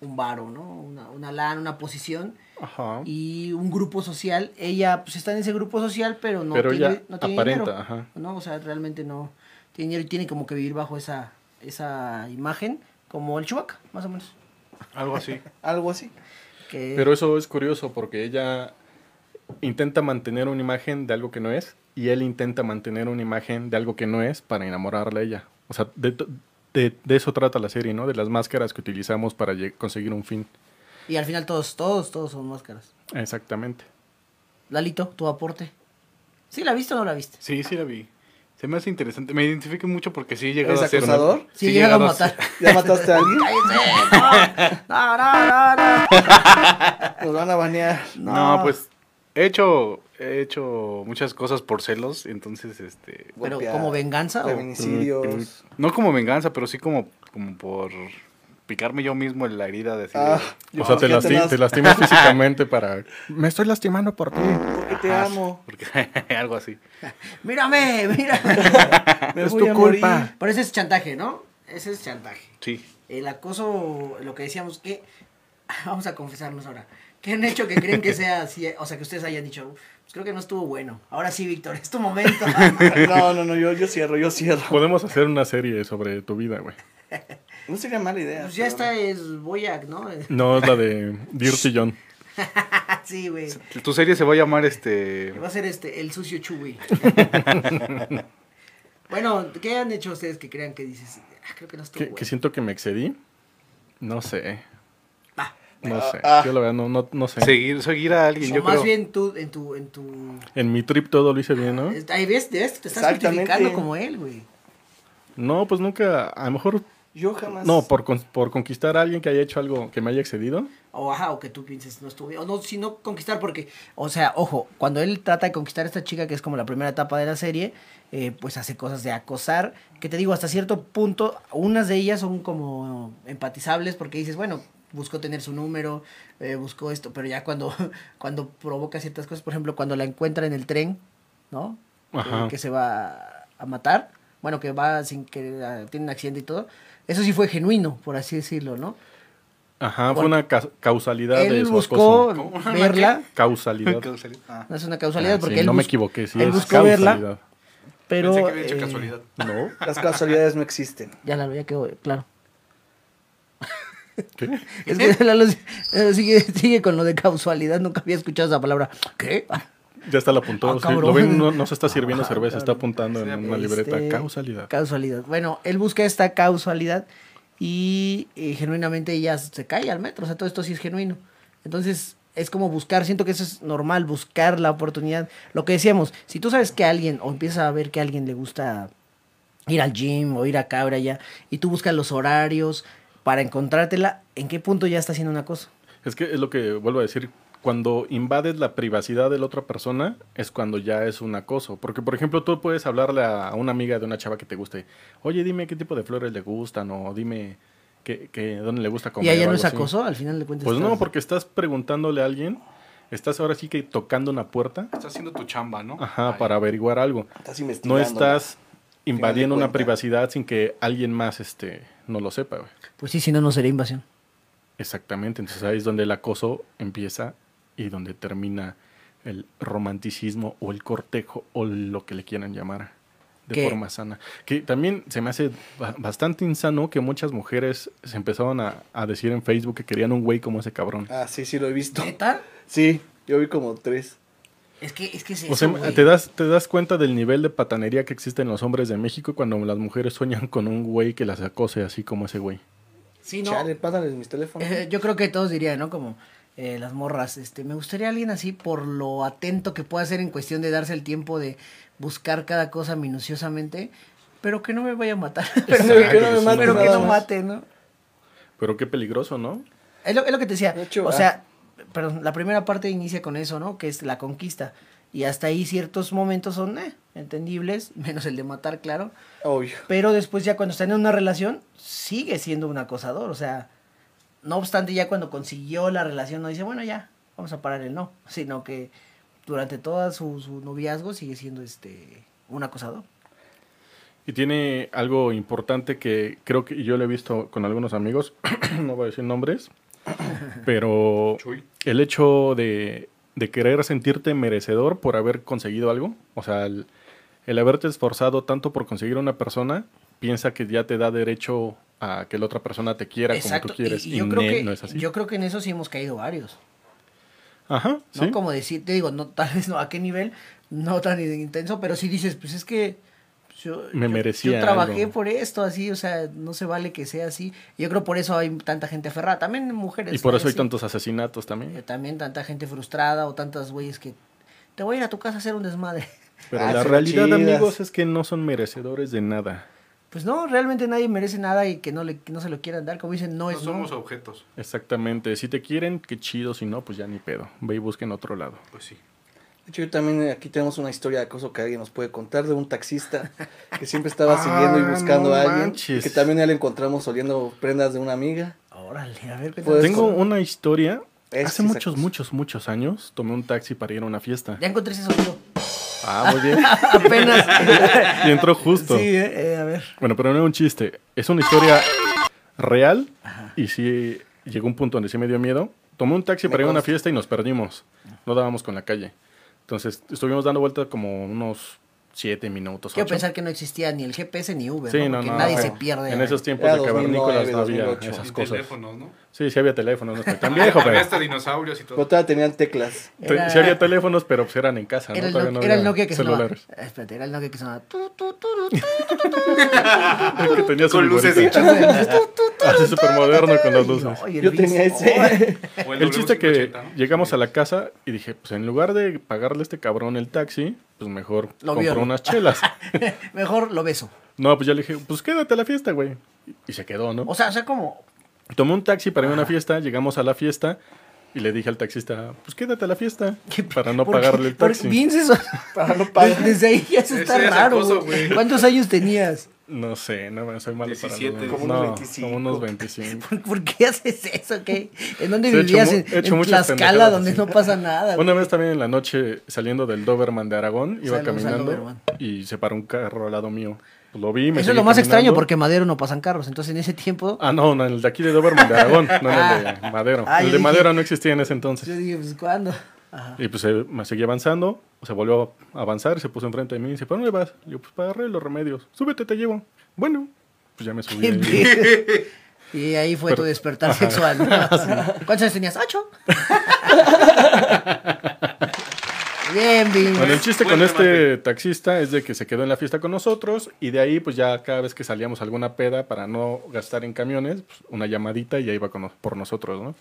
Speaker 1: un varo, ¿no? Una, una lana, una posición
Speaker 2: Ajá.
Speaker 1: y un grupo social. Ella pues está en ese grupo social, pero no
Speaker 2: Pero
Speaker 1: tiene,
Speaker 2: ella
Speaker 1: no tiene
Speaker 2: aparenta,
Speaker 1: dinero.
Speaker 2: ajá.
Speaker 1: No, o sea, realmente no tiene dinero y tiene como que vivir bajo esa, esa imagen, como el Chewbacca, más o menos.
Speaker 4: Algo así.
Speaker 3: Algo así.
Speaker 1: Que
Speaker 2: Pero eso es curioso porque ella intenta mantener una imagen de algo que no es y él intenta mantener una imagen de algo que no es para enamorarla a ella. O sea, de, to- de- de eso trata la serie, ¿no? De las máscaras que utilizamos para lle- conseguir un fin.
Speaker 1: Y al final todos, todos, todos son máscaras.
Speaker 2: Exactamente.
Speaker 1: Lalito, tu aporte. ¿Sí la viste o no la viste?
Speaker 4: Sí, sí la vi. Se me hace interesante. Me identifico mucho porque sí he llegado
Speaker 3: ¿Eres
Speaker 4: a ser.
Speaker 3: acosador?
Speaker 1: Sí,
Speaker 4: he
Speaker 1: llega a
Speaker 4: llegado
Speaker 1: matar.
Speaker 3: ¿Ya mataste a alguien?
Speaker 1: ¡Cállense! ¡No! ¡No, no, no,
Speaker 3: Nos van a banear.
Speaker 4: No, pues he hecho, he hecho muchas cosas por celos, entonces, este,
Speaker 1: no! Pero como venganza o...
Speaker 3: Feminicidios.
Speaker 4: no como venganza, pero sí como, como por picarme yo mismo en la herida de decir,
Speaker 3: Ah,
Speaker 2: O sea, te,
Speaker 3: ¿por qué
Speaker 2: lasti-
Speaker 3: las-
Speaker 2: te lastimas físicamente para... Me estoy lastimando por ti.
Speaker 3: ¿Por qué te
Speaker 4: "Ah,
Speaker 3: amo?
Speaker 4: porque- algo así.
Speaker 1: ¡Mírame! ¡Mírame!
Speaker 3: Me
Speaker 2: Es
Speaker 3: voy
Speaker 2: tu
Speaker 3: a morir.
Speaker 2: culpa.
Speaker 1: Pero ese es chantaje, ¿no? Ese es chantaje.
Speaker 4: Sí.
Speaker 1: El acoso, lo que decíamos que... Vamos a confesarnos ahora. ¿Qué han hecho que creen que sea así? O sea, que ustedes hayan dicho... Pues creo que no estuvo bueno. Ahora sí, Víctor, es tu momento.
Speaker 3: No, no, no, yo, yo cierro, yo cierro.
Speaker 2: Podemos hacer una serie sobre tu vida, güey.
Speaker 3: No sería mala idea.
Speaker 1: Pues ya
Speaker 3: pero-
Speaker 1: está es Boyac, ¿no? Ah,
Speaker 2: No es la de Dirty John.
Speaker 1: sí, güey.
Speaker 4: Tu serie se va a llamar este
Speaker 1: Va a ser este, el sucio Chuy. bueno, ¿qué han hecho ustedes que crean que dices? "Ah, creo que no estuvo
Speaker 2: Que,
Speaker 1: bueno"?
Speaker 2: que siento que me excedí. No sé.
Speaker 1: Va,
Speaker 2: No sé.
Speaker 3: Ah.
Speaker 2: Yo la verdad no, no, no sé.
Speaker 4: Seguir, seguir a alguien,
Speaker 1: O
Speaker 4: yo
Speaker 1: más
Speaker 4: creo.
Speaker 1: bien tú, en tu, en tu...
Speaker 2: En mi trip todo lo hice bien, ¿no?
Speaker 1: Ahí ves, de esto te estás
Speaker 3: Exactamente.
Speaker 1: certificando como él, güey.
Speaker 2: No, pues nunca, a lo mejor,
Speaker 3: Yo jamás.
Speaker 2: no, por, con- por conquistar a alguien que haya hecho algo que me haya excedido.
Speaker 1: O ajá, o que tú pienses, no estuve, o no, si no conquistar, porque, o sea, ojo, cuando él trata de conquistar a esta chica, que es como la primera etapa de la serie, eh, pues hace cosas de acosar, que te digo, hasta cierto punto, unas de ellas son como empatizables, porque dices, bueno, buscó tener su número, eh, buscó esto, pero ya cuando, cuando provoca ciertas cosas, por ejemplo, cuando la encuentra en el tren, ¿no?
Speaker 2: Ajá.
Speaker 1: Eh, que se va a matar, bueno, que va sin que ah, tiene un accidente y todo, eso sí fue genuino, por así decirlo, ¿no?
Speaker 2: Ajá, fue
Speaker 1: Bueno,
Speaker 2: una ca- causalidad de
Speaker 1: Él
Speaker 2: su
Speaker 1: buscó
Speaker 2: esposo.
Speaker 4: ¿Cómo?
Speaker 1: verla.
Speaker 2: Causalidad.
Speaker 4: Ah,
Speaker 1: No es una causalidad
Speaker 2: Ah,
Speaker 1: porque
Speaker 2: sí,
Speaker 1: él
Speaker 2: no me
Speaker 1: bus-
Speaker 2: equivoqué, sí,
Speaker 1: él
Speaker 2: es
Speaker 1: buscó verla,
Speaker 2: causalidad.
Speaker 1: pero
Speaker 4: Pensé que había dicho
Speaker 1: eh,
Speaker 4: casualidad.
Speaker 2: No,
Speaker 3: Las causalidades no existen.
Speaker 1: Ya la veía que claro.
Speaker 2: ¿qué?
Speaker 1: Es que Lalo si- eh, sigue, sigue con lo de causalidad, nunca había escuchado esa palabra. ¿Qué?
Speaker 2: Ya está la apuntó.
Speaker 1: Ah,
Speaker 2: sí,
Speaker 1: cabrón.
Speaker 2: lo ven, no, no se está sirviendo
Speaker 1: Ah,
Speaker 2: cerveza, está
Speaker 1: cabrón.
Speaker 2: apuntando en una libreta.
Speaker 1: Este,
Speaker 2: Causalidad.
Speaker 1: Causalidad. Bueno, él busca esta causalidad y, eh, genuinamente ella se cae al metro, o sea, todo esto sí es genuino. Entonces, es como buscar, siento que eso es normal, buscar la oportunidad. Lo que decíamos, si tú sabes que a alguien o empiezas a ver que a alguien le gusta ir al gym o ir acá, ahora allá, y tú buscas los horarios para encontrártela, ¿en qué punto ya está haciendo una cosa?
Speaker 2: Es que es lo que vuelvo a decir. Cuando invades la privacidad de la otra persona es cuando ya es un acoso. Porque, por ejemplo, tú puedes hablarle a a una amiga de una chava que te guste. Oye, dime qué tipo de flores le gustan o dime qué, qué- dónde le gusta comer.
Speaker 1: ¿Y a
Speaker 2: o
Speaker 1: ella no
Speaker 2: algo
Speaker 1: es
Speaker 2: así.
Speaker 1: acoso? Al final de cuentas.
Speaker 2: Pues
Speaker 1: estás-
Speaker 2: no, porque estás preguntándole a alguien. Estás ahora sí que tocando una puerta.
Speaker 4: Estás haciendo tu chamba, ¿no?
Speaker 2: Ajá,
Speaker 4: Ay,
Speaker 2: para averiguar algo.
Speaker 3: Estás
Speaker 2: No
Speaker 3: investigando.
Speaker 2: estás invadiendo una
Speaker 3: cuentas.
Speaker 2: privacidad sin que alguien más este, no lo sepa. güey.
Speaker 1: Pues sí, si no, no sería invasión.
Speaker 2: Exactamente, entonces ahí es donde el acoso empieza y donde termina el romanticismo o el cortejo o lo que le quieran llamar de
Speaker 1: ¿Qué?
Speaker 2: forma sana. Que también se me hace ba- bastante insano que muchas mujeres se empezaron a, a decir en Facebook que querían un güey como ese cabrón.
Speaker 3: Ah, sí, sí, lo he visto.
Speaker 1: ¿Neta?
Speaker 3: Sí, yo vi como tres.
Speaker 1: Es que es, que es
Speaker 2: O sea,
Speaker 1: eso, güey.
Speaker 2: te das, te das cuenta del nivel de patanería que existe en los hombres de México cuando las mujeres sueñan con un güey que las acose así como ese güey.
Speaker 1: Sí, no.
Speaker 3: Chale, pásales mis teléfonos.
Speaker 1: Eh, yo creo que todos dirían, ¿no? Como eh, las morras, este, me gustaría alguien así por lo atento que pueda ser en cuestión de darse el tiempo de buscar cada cosa minuciosamente, pero que no me vaya a matar, pero,
Speaker 2: Exacto,
Speaker 1: que,
Speaker 2: que no me mate
Speaker 1: pero que
Speaker 2: nada
Speaker 1: no
Speaker 3: más.
Speaker 1: mate, ¿no?
Speaker 2: Pero qué peligroso, ¿no?
Speaker 1: Es lo, es lo que te decía.
Speaker 3: De hecho,
Speaker 1: o
Speaker 3: ah.
Speaker 1: sea, perdón, la primera parte inicia con eso, ¿no? Que es la conquista. Y hasta ahí ciertos momentos son eh, entendibles, menos el de matar, claro.
Speaker 3: Obvio.
Speaker 1: Pero después ya cuando están en una relación, sigue siendo un acosador. O sea, no obstante ya cuando consiguió la relación no dice, bueno, ya, vamos a parar el no. Sino que durante todo su, su noviazgo sigue siendo este un acosador.
Speaker 2: Y tiene algo importante que creo que yo lo he visto con algunos amigos, no voy a decir nombres, pero
Speaker 4: Chuy.
Speaker 2: el hecho de, de querer sentirte merecedor por haber conseguido algo, o sea, el, el haberte esforzado tanto por conseguir a una persona, piensa que ya te da derecho a que la otra persona te quiera como tú quieres.
Speaker 1: y,
Speaker 2: Y,
Speaker 1: y yo,
Speaker 2: ne-
Speaker 1: creo que,
Speaker 2: no es así.
Speaker 1: yo creo que en eso sí hemos caído varios.
Speaker 2: Ajá,
Speaker 1: ¿no?
Speaker 2: sí.
Speaker 1: Como decir, te digo, no, tal vez no a qué nivel, no tan intenso, pero sí dices, pues es que yo,
Speaker 2: Me
Speaker 1: yo-
Speaker 2: merecía
Speaker 1: yo trabajé
Speaker 2: algo.
Speaker 1: por esto, así, o sea, no se vale que sea así. Yo creo por eso hay tanta gente aferrada, también mujeres.
Speaker 2: Y por
Speaker 1: ¿no?
Speaker 2: eso hay
Speaker 1: Sí.
Speaker 2: tantos asesinatos
Speaker 1: Eh,
Speaker 2: también.
Speaker 1: También tanta gente frustrada o tantas güeyes que te voy a ir a tu casa a hacer un desmadre.
Speaker 2: Pero
Speaker 3: Ah,
Speaker 2: la
Speaker 3: son
Speaker 2: realidad,
Speaker 3: chidas.
Speaker 2: amigos, es que no son merecedores de nada.
Speaker 1: Pues no, realmente nadie merece nada y que no, le, que no se lo quieran dar. Como dicen, no
Speaker 4: No
Speaker 1: es no.
Speaker 4: somos objetos.
Speaker 2: Exactamente. Si te quieren, qué chido. Si no, pues ya ni pedo. Ve y busca en otro lado.
Speaker 4: Pues sí.
Speaker 3: De hecho, yo también eh, aquí tenemos una historia de acoso que alguien nos puede contar de un taxista que siempre estaba siguiendo y
Speaker 2: Ah,
Speaker 3: buscando
Speaker 2: no
Speaker 3: a alguien.
Speaker 2: manches.
Speaker 3: y que también ya le encontramos oliendo prendas de una amiga.
Speaker 1: Órale, a ver qué
Speaker 3: Pues-
Speaker 2: Tengo
Speaker 3: con-
Speaker 2: una historia.
Speaker 3: Es
Speaker 2: Hace
Speaker 3: que
Speaker 2: muchos,
Speaker 3: sacos.
Speaker 2: muchos, muchos años tomé un taxi para ir a una fiesta.
Speaker 1: Ya encontré ese sonido.
Speaker 2: Ah, muy bien.
Speaker 1: Apenas.
Speaker 2: y entró justo.
Speaker 1: sí, eh, eh, a ver.
Speaker 2: Bueno, pero no es un chiste. Es una historia real. Y sí, llegó un punto donde sí me dio miedo. Tomé un taxi
Speaker 3: Me
Speaker 2: para ir a una
Speaker 3: consta.
Speaker 2: fiesta y nos perdimos. No dábamos con la calle. Entonces estuvimos dando vuelta como unos siete minutos.
Speaker 1: Quiero
Speaker 2: ocho.
Speaker 1: pensar que no existía ni el GPS ni Uber.
Speaker 2: Sí,
Speaker 1: ¿no?
Speaker 2: no,
Speaker 1: Porque
Speaker 2: no,
Speaker 1: nadie
Speaker 2: no.
Speaker 1: se pierde.
Speaker 2: En
Speaker 1: ¿no?
Speaker 2: esos tiempos
Speaker 3: Era
Speaker 2: de cavernícolas no
Speaker 3: 2009,
Speaker 2: había
Speaker 3: 2008.
Speaker 2: esas
Speaker 4: Y
Speaker 2: cosas.
Speaker 4: teléfonos, ¿no?
Speaker 2: Sí, sí había teléfonos, no estoy tan viejo, pero...
Speaker 4: Había hasta dinosaurios y
Speaker 3: Pero
Speaker 4: todo.
Speaker 3: todavía tenían teclas.
Speaker 2: te-
Speaker 1: Era-
Speaker 2: sí había teléfonos, pero pues eran en casa,
Speaker 1: Era
Speaker 2: ¿no?
Speaker 1: el,
Speaker 2: Todavía
Speaker 1: Nokia-
Speaker 2: no
Speaker 1: era el
Speaker 2: había
Speaker 1: Nokia que sonaba.
Speaker 2: celulares.
Speaker 1: Ah, Espérate, era el Nokia que sonaba. tu, tu, tu, tu,
Speaker 2: El que tenía su
Speaker 4: Con
Speaker 2: luces
Speaker 4: luces y
Speaker 2: Así supermoderno con las luces.
Speaker 1: Ay, el
Speaker 3: Yo tenía
Speaker 1: Vince.
Speaker 3: ese.
Speaker 4: O
Speaker 2: El chiste que
Speaker 4: W580, ¿no?
Speaker 2: llegamos a la casa y dije, pues en lugar de pagarle a este cabrón el taxi, pues mejor
Speaker 1: Lo
Speaker 2: compro
Speaker 1: violo.
Speaker 2: unas chelas.
Speaker 1: Mejor lo beso.
Speaker 2: no, pues ya le dije, pues quédate a la fiesta, güey. Y se quedó, ¿no?
Speaker 1: O sea, o sea, como.
Speaker 2: Tomé un taxi para ir
Speaker 1: Ah.
Speaker 2: a una fiesta, llegamos a la fiesta y le dije al taxista, pues quédate a la fiesta para no
Speaker 1: ¿por qué-
Speaker 2: pagarle el
Speaker 1: por-
Speaker 2: taxi.
Speaker 1: Vince, eso-
Speaker 3: Para no pagar.
Speaker 1: Desde, ahí ya eso está
Speaker 4: Ese es
Speaker 1: raro.
Speaker 4: acoso,
Speaker 1: güey.
Speaker 4: güey.
Speaker 1: ¿Cuántos años tenías?
Speaker 2: No sé, no, soy malo para los
Speaker 4: 17,
Speaker 2: números.
Speaker 3: como
Speaker 2: No,
Speaker 3: unos 25.
Speaker 2: Como unos 25.
Speaker 1: ¿Por, por qué haces eso? ¿Qué? ¿En dónde
Speaker 2: Sí, he hecho
Speaker 1: vivías?
Speaker 2: mu-
Speaker 1: En,
Speaker 2: he hecho
Speaker 1: en
Speaker 2: muchas
Speaker 1: Tlaxcala,
Speaker 2: pendejadas
Speaker 1: donde
Speaker 2: así.
Speaker 1: no pasa nada.
Speaker 2: Una vez también en la noche, saliendo del Doberman de Aragón, iba
Speaker 1: Saludos al
Speaker 2: caminando
Speaker 1: Doberman.
Speaker 2: y se paró un carro al lado mío. Pues Lo vi, me
Speaker 1: Eso es
Speaker 2: seguí
Speaker 1: lo más
Speaker 2: caminando.
Speaker 1: extraño porque en Madero no pasan carros. Entonces en ese tiempo
Speaker 2: Ah, no, no, el de aquí de Doberman de Aragón, no en el de Madero.
Speaker 1: Ah,
Speaker 2: el
Speaker 1: yo
Speaker 2: de
Speaker 1: dije-
Speaker 2: Madero no existía en ese
Speaker 1: yo
Speaker 2: entonces.
Speaker 1: dije, pues ¿cuándo? Ajá.
Speaker 2: Y pues eh, me seguí avanzando, se volvió a avanzar, se puso enfrente de mí y dice, ¿para dónde vas? Y yo, pues para arreglar los remedios. Súbete, te llevo. Bueno, pues ya me subí.
Speaker 1: Qué
Speaker 2: ahí.
Speaker 1: pedo. Y ahí fue
Speaker 2: Pero- Ah,
Speaker 1: tu despertar sexual. ¿no? ¿Cuántos años tenías? ¿Ocho? Bien, bien.
Speaker 2: Bueno, el chiste
Speaker 4: Buen
Speaker 2: con este
Speaker 4: remate.
Speaker 2: taxista es de que se quedó en la fiesta con nosotros y de ahí pues ya cada vez que salíamos a alguna peda para no gastar en camiones, pues, una llamadita y ya iba con nos- por nosotros, ¿no?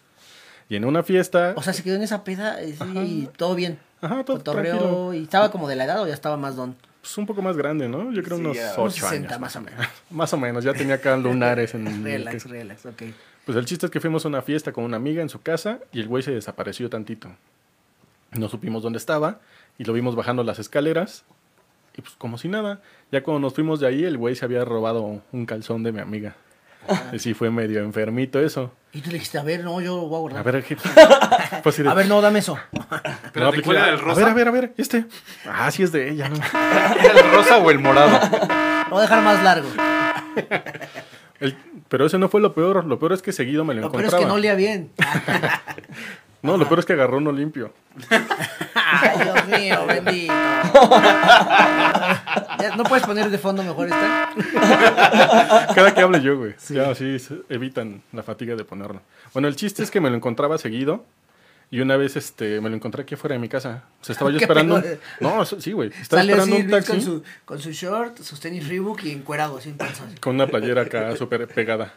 Speaker 2: Y en una fiesta,
Speaker 1: O sea, se quedó en esa peda eh, sí, y todo bien.
Speaker 2: ajá, todo
Speaker 1: Cotorreo,
Speaker 2: tranquilo,
Speaker 1: y estaba como de la edad o ya estaba más don.
Speaker 2: pues un poco más grande, ¿no? Yo creo
Speaker 3: Sí,
Speaker 2: unos
Speaker 3: ya. Unos
Speaker 2: 8
Speaker 1: 60
Speaker 2: años.
Speaker 1: más o menos.
Speaker 2: Más o menos, ya tenía acá lunares en el
Speaker 1: Relax,
Speaker 2: que-
Speaker 1: relax, ok.
Speaker 2: Pues el chiste es que fuimos a una fiesta con una amiga en su casa y el güey se desapareció tantito. No supimos dónde estaba y lo vimos bajando las escaleras y pues como si nada. Ya cuando nos fuimos de ahí, el güey se había robado un calzón de mi amiga.
Speaker 1: Ah.
Speaker 2: Y sí fue medio enfermito eso.
Speaker 1: Y tú le dijiste, a ver, no, yo lo voy a guardar.
Speaker 2: A ver, ¿qué? Fue así de-
Speaker 1: Ah. A ver, no, dame eso.
Speaker 4: Pero
Speaker 2: no,
Speaker 4: te
Speaker 2: apliqué la-
Speaker 4: cuelga el
Speaker 2: A ver, a
Speaker 4: rosa.
Speaker 2: ver, a ver, este. Ah, sí es de ella, ¿no?
Speaker 4: ¿Era el rosa o el morado?
Speaker 1: Lo voy a dejar más largo.
Speaker 2: El- Pero ese no fue lo peor. Lo peor es que seguido me lo
Speaker 1: Lo peor
Speaker 2: encontraba.
Speaker 1: es que no olía bien.
Speaker 2: No, lo peor es que agarró uno limpio.
Speaker 1: Ay, Dios mío, bendito. Ya, ¿No puedes poner de fondo mejor esta?
Speaker 2: Cada que hable yo, güey. Ya así se- evitan la fatiga de ponerlo. Bueno, el chiste es que me lo encontraba seguido. Y una vez este, me lo encontré aquí afuera de mi casa. O sea, estaba yo
Speaker 1: Qué
Speaker 2: esperando.
Speaker 1: pedo.
Speaker 2: No, sí, güey. Estaba
Speaker 1: Sale así
Speaker 2: esperando un
Speaker 1: Luis
Speaker 2: taxi
Speaker 1: con
Speaker 2: con,
Speaker 1: su, con su short, sus tenis Reebok y encuerado, sin panzón.
Speaker 2: una playera acá súper pegada.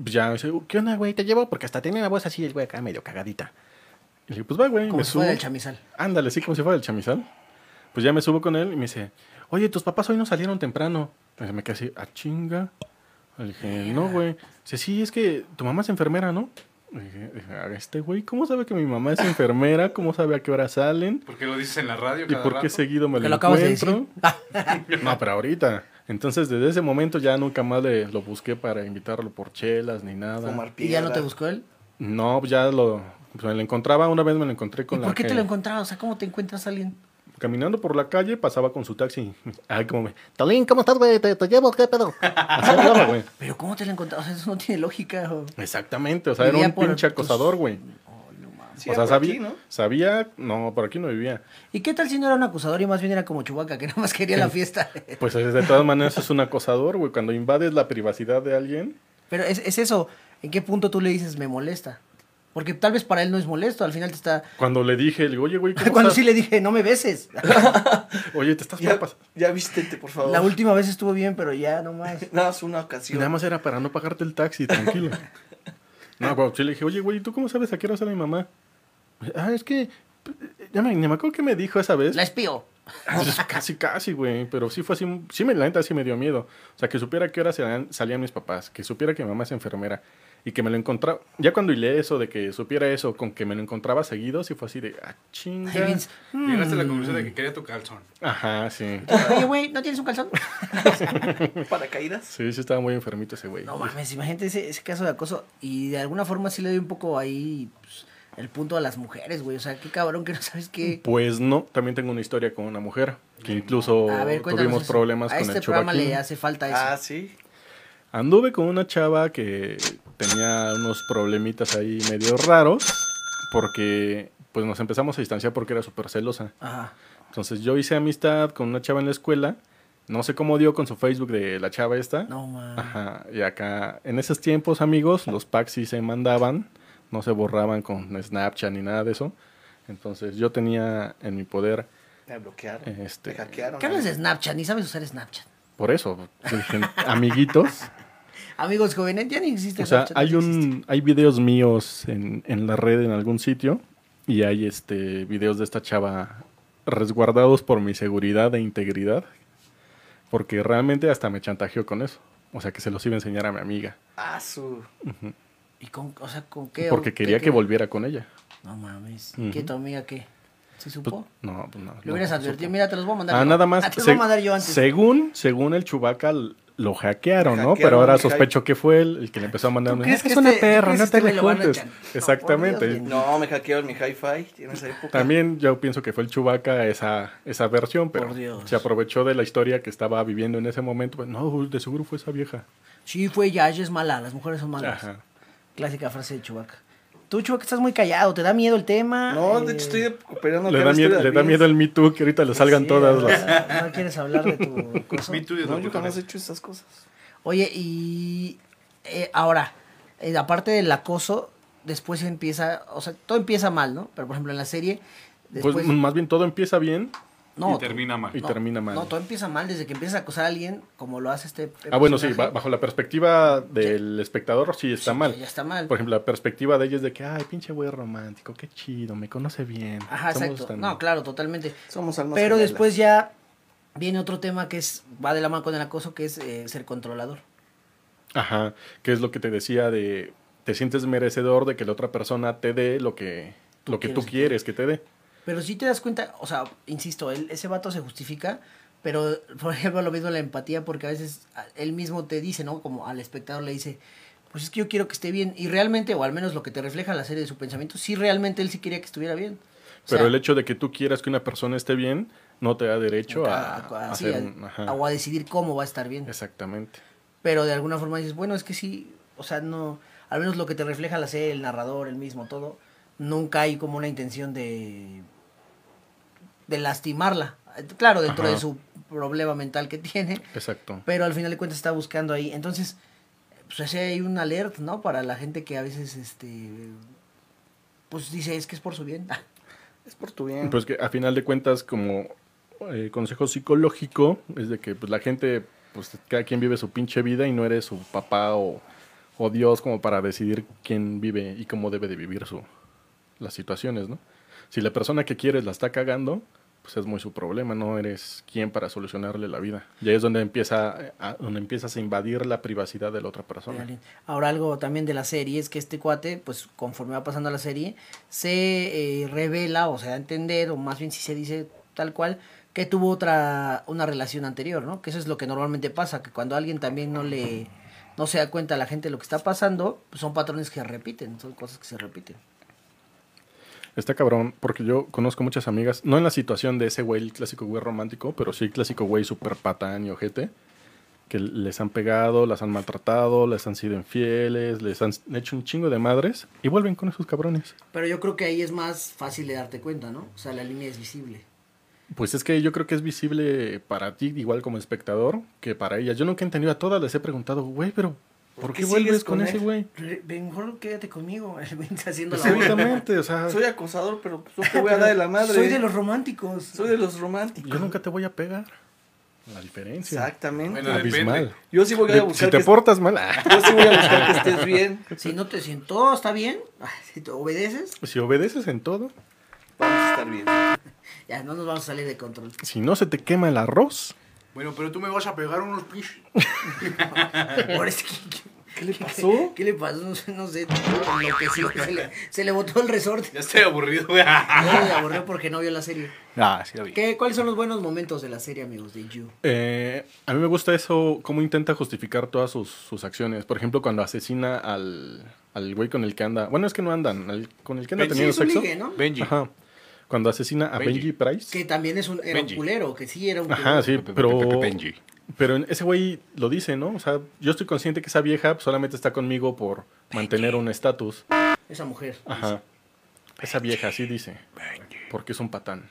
Speaker 2: Pues Ya, dice, ¿qué onda, güey? Te llevo porque hasta tenía la voz así, el güey acá medio cagadita. Y le digo, pues va, güey.
Speaker 1: Como
Speaker 2: me
Speaker 1: si fuera
Speaker 2: subo.
Speaker 1: del chamizal.
Speaker 2: Ándale, sí, como si fuera el chamizal. Pues ya me subo con él y me dice, oye, tus papás hoy no salieron temprano. Pues me quedé así, ah, chinga. Le dije, no, güey. Dice, sí, es que tu mamá es enfermera, ¿no? Le dije, "Ah, este güey, ¿cómo sabe que mi mamá es enfermera? ¿Cómo sabe a qué hora salen?
Speaker 4: Porque lo dices en la radio
Speaker 2: ¿Y
Speaker 4: cada
Speaker 2: por qué
Speaker 4: rato.
Speaker 2: seguido me
Speaker 1: Que
Speaker 2: lo,
Speaker 1: lo acabas de decir.
Speaker 2: encuentro? No, pero ahorita. Entonces, desde ese momento ya nunca más le, lo busqué para invitarlo por chelas ni nada.
Speaker 3: Fumar
Speaker 1: ¿Y ya no te
Speaker 3: piedra.
Speaker 1: buscó él?
Speaker 2: No, ya lo... pues, me lo encontraba, una vez me lo encontré
Speaker 1: ¿Y
Speaker 2: con la
Speaker 1: por qué te
Speaker 2: que-
Speaker 1: lo encontrabas? O sea, ¿cómo te encuentras a alguien?
Speaker 2: Caminando por la calle, pasaba con su taxi. Ay, como me. Tolín, ¿cómo estás, güey? ¿Te, te llevo? ¿Qué pedo? Así hablaba, güey.
Speaker 1: ¿Pero cómo te lo encontrabas? O sea, eso no tiene lógica. o-
Speaker 2: Exactamente, o sea, era
Speaker 1: Vivía
Speaker 2: un
Speaker 1: por
Speaker 2: pinche
Speaker 1: tus-
Speaker 2: acosador, güey.
Speaker 1: Ay, no mames.
Speaker 3: Sí,
Speaker 2: o sea,
Speaker 3: por
Speaker 2: sabía,
Speaker 3: aquí, ¿no?
Speaker 2: sabía. No, por aquí no vivía.
Speaker 1: ¿Y qué tal si no era un acusador y más bien era como Chubaca, que nada más quería la fiesta?
Speaker 2: Pues es- de todas maneras es un acosador, güey. Cuando invades la privacidad de alguien.
Speaker 1: Pero es, es eso, ¿en qué punto tú le dices me molesta? Porque tal vez para él no es molesto, al final te está...
Speaker 2: Cuando le dije, le digo, oye, güey, ¿cómo
Speaker 1: Cuando sí
Speaker 2: estás?
Speaker 1: le dije, no me beses.
Speaker 2: Oye, te estás
Speaker 3: Ya,
Speaker 2: papas.
Speaker 3: ya vístete, por favor.
Speaker 1: La última vez estuvo bien, pero ya no más.
Speaker 3: Nada más una
Speaker 2: Y
Speaker 3: ocasión.
Speaker 2: nada más era para no pagarte el taxi, tranquilo. No, güey, sí le dije, oye, güey, ¿tú cómo sabes a qué hora sale mi mamá? Ah, es que. Ya me, ni me acuerdo qué me dijo esa vez.
Speaker 1: La espío.
Speaker 2: Pues, casi, casi, güey. Pero sí fue así. Sí, me, la neta sí me dio miedo. O sea, que supiera a qué hora salían, salían mis papás, que supiera que mi mamá es enfermera y que me lo encontraba. Ya cuando hilé eso de que supiera eso con que me lo encontraba seguido, sí fue así de, ah, chinga.
Speaker 1: Ay, Vince,
Speaker 4: Llegaste a la conclusión de que quería tu calzón.
Speaker 2: Ajá, sí.
Speaker 1: Oye, güey, ¿no tienes un calzón?
Speaker 3: ¿Paracaídas?
Speaker 2: Sí, sí, estaba muy enfermito ese güey.
Speaker 1: No mames, imagínate ese, ese caso de acoso. Y de alguna forma sí le doy un poco ahí pues, el punto a las mujeres, güey. O sea, qué cabrón que no sabes qué...
Speaker 2: Pues no, también tengo una historia con una mujer que incluso
Speaker 1: A ver,
Speaker 2: Mm.
Speaker 1: cuéntanos
Speaker 2: tuvimos
Speaker 1: eso.
Speaker 2: problemas
Speaker 1: A
Speaker 2: con
Speaker 1: este
Speaker 2: el
Speaker 1: programa
Speaker 2: chubaquín.
Speaker 1: le hace falta eso.
Speaker 3: Ah, sí.
Speaker 2: Anduve con una chava que tenía unos problemitas ahí medio raros porque pues nos empezamos a distanciar porque era súper celosa.
Speaker 1: Ajá.
Speaker 2: Entonces yo hice amistad con una chava en la escuela No sé cómo dio con su Facebook de la chava esta.
Speaker 1: No, man.
Speaker 2: Ajá, y acá, en esos tiempos, amigos, los packs sí se mandaban, no se borraban con Snapchat ni nada de eso. Entonces yo tenía en mi poder,
Speaker 3: Me bloquearon.
Speaker 2: Este-
Speaker 3: Me hackearon.
Speaker 1: ¿Qué hablas de Snapchat? Ni sabes usar Snapchat.
Speaker 2: por eso, dije, amiguitos.
Speaker 1: Amigos jóvenes, ya ni existe
Speaker 2: O sea,
Speaker 1: Snapchat,
Speaker 2: hay
Speaker 1: no existe.
Speaker 2: un, hay videos míos en, en la red en algún sitio y hay este videos de esta chava resguardados por mi seguridad e integridad, porque realmente hasta me chantajeó con eso. O sea, que se los iba a enseñar a mi amiga,
Speaker 3: Ah, su.
Speaker 1: ¿Y con, o sea, con qué?
Speaker 2: porque
Speaker 1: ¿Qué-
Speaker 2: quería
Speaker 1: qué?
Speaker 2: que volviera con ella.
Speaker 1: No mames.
Speaker 2: Ujú.
Speaker 1: ¿Qué tu amiga qué? ¿Sí
Speaker 2: Pues,
Speaker 1: supo?
Speaker 2: no, pues no.
Speaker 1: Lo
Speaker 2: no,
Speaker 1: hubieras
Speaker 2: no
Speaker 1: advertido.
Speaker 2: supo.
Speaker 1: Mira, te los voy a mandar.
Speaker 2: Ah,
Speaker 1: yo.
Speaker 2: nada más.
Speaker 1: Ah, te los
Speaker 2: se-
Speaker 1: voy a mandar yo antes.
Speaker 2: Según, según el Chubaca, lo hackearon, ¿no?
Speaker 3: Hackearon
Speaker 2: Pero ahora
Speaker 3: el hack.
Speaker 2: sospecho que fue él el que le empezó a mandar.
Speaker 1: ¿Tú
Speaker 2: un-
Speaker 1: crees que
Speaker 2: es una
Speaker 1: este- tú
Speaker 2: perra,
Speaker 1: crees
Speaker 2: no
Speaker 1: que este
Speaker 2: te
Speaker 1: güey
Speaker 2: le
Speaker 1: lo van a
Speaker 2: juntes.
Speaker 1: chan- No, por
Speaker 2: Exactamente.
Speaker 1: Dios, este güey.
Speaker 3: No, me hackearon mi hi-fi en esa época.
Speaker 2: También yo pienso que fue el Chubaca esa, esa versión, pero
Speaker 1: Por Dios.
Speaker 2: se aprovechó de la historia que estaba viviendo en ese momento. Pues, no, de seguro fue esa vieja.
Speaker 1: Sí, fue ya, ella es mala, las mujeres son malas.
Speaker 2: Ajá.
Speaker 1: Clásica frase de Chubaca. Tú, Chubaca, estás muy callado, ¿te da miedo el tema?
Speaker 3: No,
Speaker 1: Eh,
Speaker 3: de hecho estoy recuperando.
Speaker 2: le
Speaker 3: acá
Speaker 2: da,
Speaker 3: la
Speaker 2: miedo,
Speaker 3: historia
Speaker 2: le
Speaker 3: de
Speaker 2: da
Speaker 3: Vince.
Speaker 2: miedo el Me Too, que ahorita le salgan
Speaker 1: sí,
Speaker 2: todas
Speaker 1: o
Speaker 2: las...
Speaker 1: sea, No quieres hablar de tu cosa.
Speaker 4: Me too de
Speaker 3: No,
Speaker 4: los
Speaker 3: yo jamás he
Speaker 4: botones.
Speaker 3: hecho esas cosas.
Speaker 1: Oye, y eh, ahora, eh, aparte del acoso, después empieza, o sea, todo empieza mal, ¿no? Pero, por ejemplo, en la serie, después...
Speaker 2: Pues más bien todo empieza bien.
Speaker 1: no,
Speaker 4: y termina mal.
Speaker 2: Y termina mal.
Speaker 1: No, todo empieza mal desde que empiezas a acosar a alguien, como lo hace este...
Speaker 2: Ah, bueno, sí, ba-
Speaker 1: personaje.
Speaker 2: bajo la perspectiva del espectador sí está
Speaker 1: Sí,
Speaker 2: mal.
Speaker 1: Ya está mal.
Speaker 2: Por ejemplo, la perspectiva de ella es de que, ay, pinche güey romántico, qué chido, me conoce bien.
Speaker 1: Ajá,
Speaker 2: Somos
Speaker 1: exacto.
Speaker 2: tan-
Speaker 1: No, claro, totalmente.
Speaker 3: Somos almas
Speaker 1: Pero
Speaker 3: gemelas.
Speaker 1: después ya viene otro tema que es va de la mano con el acoso, que es eh, ser controlador.
Speaker 2: Ajá, que es lo que te decía de, te sientes merecedor de que la otra persona te dé lo que,
Speaker 1: Tú
Speaker 2: lo que tú quieres
Speaker 1: quieres.
Speaker 2: que te dé.
Speaker 1: Pero si te das cuenta, o sea, insisto, él- ese vato se justifica, pero por ejemplo lo mismo la empatía, porque a veces a- él mismo te dice, ¿no? Como al espectador le dice, pues es que yo quiero que esté bien. Y realmente, o al menos lo que te refleja la serie de su pensamiento, sí realmente él sí quería que estuviera bien. O
Speaker 2: Pero
Speaker 1: sea,
Speaker 2: el hecho de que tú quieras que una persona esté bien no te da derecho a, a
Speaker 1: sí,
Speaker 2: hacer
Speaker 1: a-
Speaker 2: un- ajá,
Speaker 1: o a decidir cómo va a estar bien.
Speaker 2: Exactamente.
Speaker 1: Pero de alguna forma dices, bueno, es que sí, o sea, no, al menos lo que te refleja la serie, el narrador, el mismo, todo, nunca hay como una intención de, de lastimarla. Eh, Claro, dentro
Speaker 2: Ajá.
Speaker 1: de su problema mental que tiene,
Speaker 2: Exacto.
Speaker 1: pero al final de cuentas está buscando ahí. Entonces, pues así hay un alert, ¿no? Para la gente que a veces, este, pues dice, es que es por su bien.
Speaker 3: Es por tu bien.
Speaker 2: Pues que a final de cuentas, como eh, consejo psicológico, es de que pues, la gente, pues cada quien vive su pinche vida y no eres su papá o, o Dios como para decidir quién vive y cómo debe de vivir su, las situaciones, ¿no? Si la persona que quieres la está cagando, pues es muy su problema, no eres quien para solucionarle la vida. Y ahí es donde, empieza, eh, a- donde empiezas a invadir la privacidad de la otra
Speaker 1: de
Speaker 2: persona.
Speaker 1: alguien. Ahora algo también de la serie es que este cuate, pues conforme va pasando la serie, se eh, revela o se da a entender, o más bien si se dice tal cual, que tuvo otra, una relación anterior, ¿no? Que eso es lo que normalmente pasa, que cuando alguien también no le, no se da cuenta a la gente de lo que está pasando, pues, son patrones que repiten, son cosas que se repiten.
Speaker 2: Está cabrón, porque yo conozco muchas amigas, no en la situación de ese güey, el clásico güey romántico, pero sí el clásico güey súper patán y ojete, que les han pegado, las han maltratado, les han sido infieles, les han hecho un chingo de madres y vuelven con esos cabrones.
Speaker 1: Pero yo creo que ahí es más fácil de darte cuenta, ¿no? O sea, la línea es visible.
Speaker 2: Pues es que yo creo que es visible para ti, igual como espectador, que para ellas. Yo nunca he entendido a todas, les he preguntado, güey, pero ¿por, qué,
Speaker 3: qué
Speaker 2: vuelves
Speaker 3: sigues
Speaker 2: con,
Speaker 3: con
Speaker 2: ese
Speaker 3: él?
Speaker 2: güey?
Speaker 1: Re- ven, Mejor quédate conmigo, Vince haciendo la boca.
Speaker 2: Exactamente, o sea,
Speaker 3: Soy acosador, pero pues, no te voy a dar de la madre. ¿eh?
Speaker 1: Soy de los románticos.
Speaker 3: Soy de los románticos.
Speaker 2: yo nunca te voy a pegar. La diferencia.
Speaker 3: Exactamente.
Speaker 4: Bueno, depende.
Speaker 2: Abismal.
Speaker 3: yo sí voy a buscar
Speaker 2: Si te
Speaker 3: que
Speaker 2: portas mal, ah.
Speaker 3: yo sí voy a buscar que estés bien.
Speaker 1: Si no te si todo está bien, ay, si te obedeces,
Speaker 2: si obedeces en todo.
Speaker 3: Vamos a estar bien.
Speaker 1: ya no nos vamos a salir de control.
Speaker 2: Si no se te quema el arroz.
Speaker 4: Bueno, pero tú me vas a pegar unos pinches.
Speaker 1: Ahora sí que-
Speaker 3: ¿Qué le pasó?
Speaker 1: ¿Qué le pasó? No sé, no sé, enloqueció, se le, se le botó el resorte.
Speaker 4: Ya estoy aburrido, güey.
Speaker 1: No, le aburrió porque no vio la serie.
Speaker 4: Ah, sí, la vi.
Speaker 1: ¿Qué, ¿Cuáles son los buenos momentos de la serie, amigos, de You?
Speaker 2: eh, a mí me gusta eso, cómo intenta justificar todas sus, sus acciones. Por ejemplo, cuando asesina al, al güey con el que anda. Bueno, es que no andan. al- con el que anda
Speaker 4: Benji.
Speaker 2: teniendo
Speaker 1: es un
Speaker 2: sexo.
Speaker 1: ligue, ¿no?
Speaker 4: Benji.
Speaker 2: Ajá. Cuando asesina a Benji,
Speaker 4: Benji.
Speaker 2: Price.
Speaker 1: Que también es un, era un
Speaker 4: Benji.
Speaker 1: culero, que sí era un culero.
Speaker 2: Ajá, sí, pero.
Speaker 4: Benji.
Speaker 2: Pero en- ese güey lo dice, ¿no? O sea, yo estoy consciente que esa vieja solamente está conmigo por mantener un estatus.
Speaker 1: Esa mujer.
Speaker 2: Ajá. Esa vieja, así dice. Porque es un patán.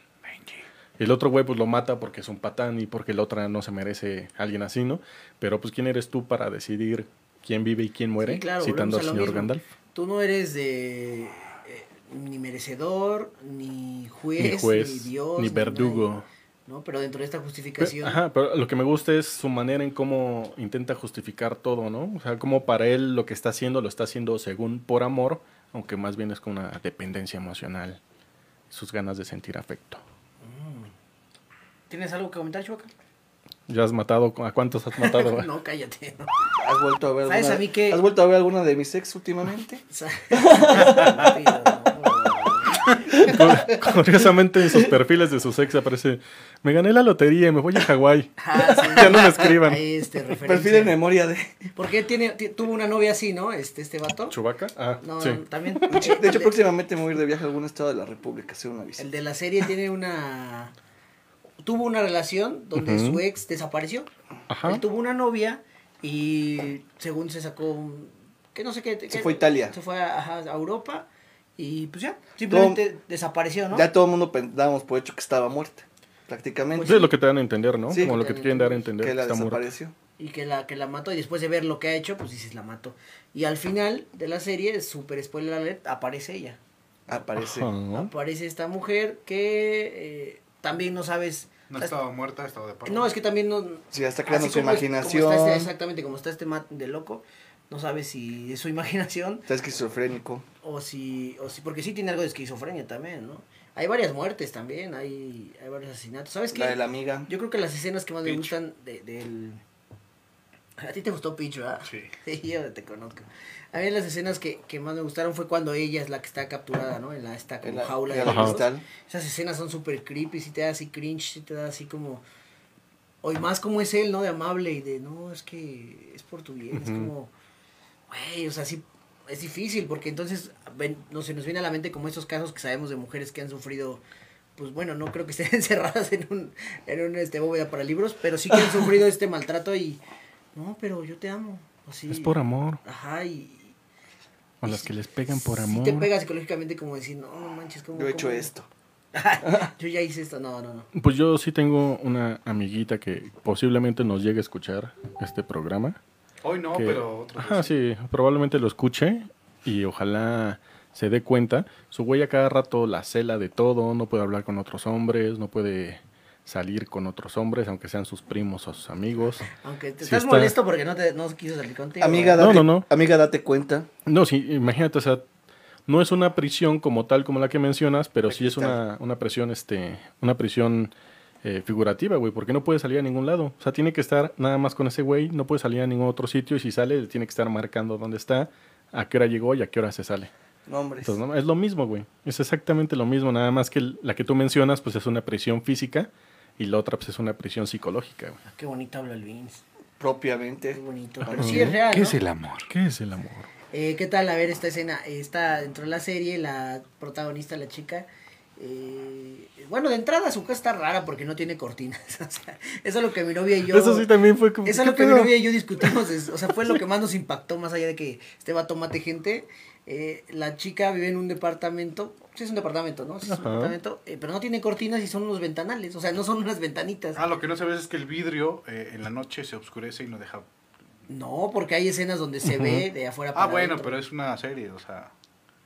Speaker 2: El otro güey pues lo mata porque es un patán y porque la otra no se merece a alguien así, ¿no? Pero pues quién eres tú para decidir quién vive y quién muere,
Speaker 1: Sí, claro,
Speaker 2: citando al
Speaker 1: volvemos a lo
Speaker 2: señor
Speaker 1: mismo.
Speaker 2: Gandalf.
Speaker 1: Tú no eres de eh, ni merecedor, ni juez,
Speaker 2: ni
Speaker 1: ni,
Speaker 2: juez, ni,
Speaker 1: Dios,
Speaker 2: verdugo.
Speaker 1: nadie, ¿no? Pero dentro de esta
Speaker 2: Pe-
Speaker 1: justificación.
Speaker 2: Ajá, pero lo que me gusta es su manera en cómo intenta justificar todo, ¿no? O sea, como para él lo que está haciendo lo está haciendo según por amor, aunque más bien es con una dependencia emocional, sus ganas de sentir afecto.
Speaker 1: ¿Tienes algo que comentar, Chubaca?
Speaker 2: ¿Ya has matado? ¿A cuántos has matado? güey?
Speaker 1: no, cállate. ¿no?
Speaker 3: ¿Has vuelto a ver
Speaker 1: ¿Sabes
Speaker 3: alguna,
Speaker 1: a mí qué?
Speaker 3: ¿Has vuelto a ver alguna de mis ex últimamente?
Speaker 1: O sea, rápido, no.
Speaker 2: Cu- Curiosamente en sus perfiles de sus ex aparece, me gané la lotería y me voy a Hawái.
Speaker 1: Ah, sí.
Speaker 2: Ya no me escriban.
Speaker 1: Este, referencia.
Speaker 3: Perfil en memoria de.
Speaker 1: ¿Por qué tiene, ti- tuvo una novia así, no? Este, este vato.
Speaker 2: ¿Chubaca? Ah,
Speaker 1: No,
Speaker 2: sí.
Speaker 1: no, también.
Speaker 3: De hecho, próximamente me voy a ir de viaje a algún estado de la República, hacer una
Speaker 1: El
Speaker 3: visita.
Speaker 1: de la serie tiene una. Tuvo una relación donde
Speaker 2: Ujú.
Speaker 1: su ex desapareció.
Speaker 2: Ajá.
Speaker 1: Él tuvo una novia y según se sacó un. que no sé qué. qué-
Speaker 3: fue a Italia.
Speaker 1: Se fue a, ajá, a Europa y pues ya. Simplemente desapareció, ¿no?
Speaker 3: Ya todo el mundo pen- dábamos por hecho que estaba muerta, prácticamente.
Speaker 1: Pues
Speaker 2: Sí, es lo que te dan a entender, ¿no?
Speaker 3: Sí.
Speaker 2: Como lo que te quieren dar a entender.
Speaker 3: que la
Speaker 2: está muerta.
Speaker 3: desapareció.
Speaker 1: Y que la, que la mató y después de ver lo que ha hecho, pues dices, la mató. Y al final de la serie, super spoiler alert, aparece ella.
Speaker 3: Aparece.
Speaker 2: Ajá.
Speaker 1: Aparece esta mujer que eh, también no sabes.
Speaker 5: No
Speaker 1: o sea,
Speaker 5: estaba muerta, estaba de parto.
Speaker 1: No, es que también no.
Speaker 3: Sí, ya está creando
Speaker 1: así
Speaker 3: su
Speaker 1: como Ah, es- como
Speaker 3: imaginación.
Speaker 1: está este- exactamente, como está este man de loco, no sabe si es su imaginación
Speaker 3: Está esquizofrénico.
Speaker 1: o si, o si. Porque sí tiene algo de esquizofrenia también, ¿no? Hay varias muertes también, hay, hay varios asesinatos. ¿Sabes qué?
Speaker 3: La de la amiga.
Speaker 1: Yo creo que las escenas que más me
Speaker 4: Peach.
Speaker 1: gustan de- del. A ti te gustó Peach, ¿verdad?
Speaker 4: Sí.
Speaker 1: yo te conozco. A mí las escenas que, que más me gustaron fue cuando ella es la que está capturada, ¿no? En la esta como
Speaker 3: En la,
Speaker 1: jaula
Speaker 3: en
Speaker 1: de
Speaker 3: la
Speaker 2: Ajá.
Speaker 1: lobos.
Speaker 3: cristal.
Speaker 1: Esas escenas son súper creepy, si te da así cringe, si te da así como... Hoy más como es él, ¿no? De amable y de, no, es que es por tu bien, es
Speaker 2: Ujú.
Speaker 1: como... Güey, o sea, sí, es difícil porque entonces ven- no, se nos viene a la mente como estos casos que sabemos de mujeres que han sufrido, pues bueno, no creo que estén encerradas en un, en un este, bóveda para libros, pero sí que han sufrido este maltrato y... No, pero yo te amo. Así,
Speaker 2: Es por amor.
Speaker 1: Ajá, y...
Speaker 2: O las que les pegan por
Speaker 1: sí
Speaker 2: amor.
Speaker 1: te pega psicológicamente como decir, no, no manches, como...
Speaker 3: Yo he hecho esto.
Speaker 1: Yo ya hice esto, no, no, no.
Speaker 2: Pues yo sí tengo una amiguita que posiblemente nos llegue a escuchar este programa.
Speaker 4: Hoy no,
Speaker 2: que-
Speaker 4: pero otro. pues.
Speaker 2: Ajá, Ah, sí, probablemente lo escuche y ojalá se dé cuenta. Su güey a cada rato la cela de todo, no puede hablar con otros hombres, no puede salir con otros hombres, aunque sean sus primos o sus amigos.
Speaker 1: Aunque te
Speaker 2: Sí
Speaker 1: estás
Speaker 2: está.
Speaker 1: molesto porque no, te, no quiso salir contigo.
Speaker 3: Amiga,
Speaker 2: No,
Speaker 3: date,
Speaker 2: no, no.
Speaker 3: amiga, date cuenta.
Speaker 2: No, sí, imagínate, o sea, no es una prisión como tal como la que mencionas, pero sí es
Speaker 3: Cristal.
Speaker 2: una, una prisión, este, una prisión eh, figurativa, güey, porque no puede salir a ningún lado. O sea, tiene que estar nada más con ese güey, no puede salir a ningún otro sitio y si sale, le tiene que estar marcando dónde está, a qué hora llegó y a qué hora se sale.
Speaker 3: No, hombres.
Speaker 2: Entonces, Pues, no, es lo mismo, güey. Es exactamente lo mismo, nada más que el- la que tú mencionas, pues es una prisión física y la otra, pues es una prisión psicológica, güey.
Speaker 1: Qué bonito habla el Vince.
Speaker 3: Propiamente.
Speaker 1: Qué bonito.
Speaker 3: Ah,
Speaker 1: Pero
Speaker 3: no.
Speaker 1: sí es real.
Speaker 4: ¿Qué
Speaker 1: ¿no?
Speaker 4: es el amor?
Speaker 2: ¿Qué es el amor?
Speaker 1: Eh, ¿Qué tal? A ver, esta escena eh, está dentro de la serie, la protagonista, la chica. eh, bueno, de entrada su casa está rara porque no tiene cortinas. o sea, eso es lo que mi novia y yo.
Speaker 2: Eso sí también fue como...
Speaker 1: Eso
Speaker 2: ¿qué
Speaker 1: es lo que mi
Speaker 2: pedo?
Speaker 1: novia y yo discutimos. es- o sea, fue lo que más nos impactó, más allá de que este vato mate gente. Eh, la chica vive en un departamento. Sí, es un departamento, ¿no? Sí, es un
Speaker 2: Ajá.
Speaker 1: departamento. eh, pero no tiene cortinas y son unos ventanales. O sea, no son unas ventanitas.
Speaker 4: Ah, lo que no sabes es que el vidrio eh, en la noche se oscurece y no deja.
Speaker 1: No, porque hay escenas donde se ve de afuera
Speaker 4: Ah, bueno,
Speaker 1: adentro.
Speaker 4: pero es una serie, o sea.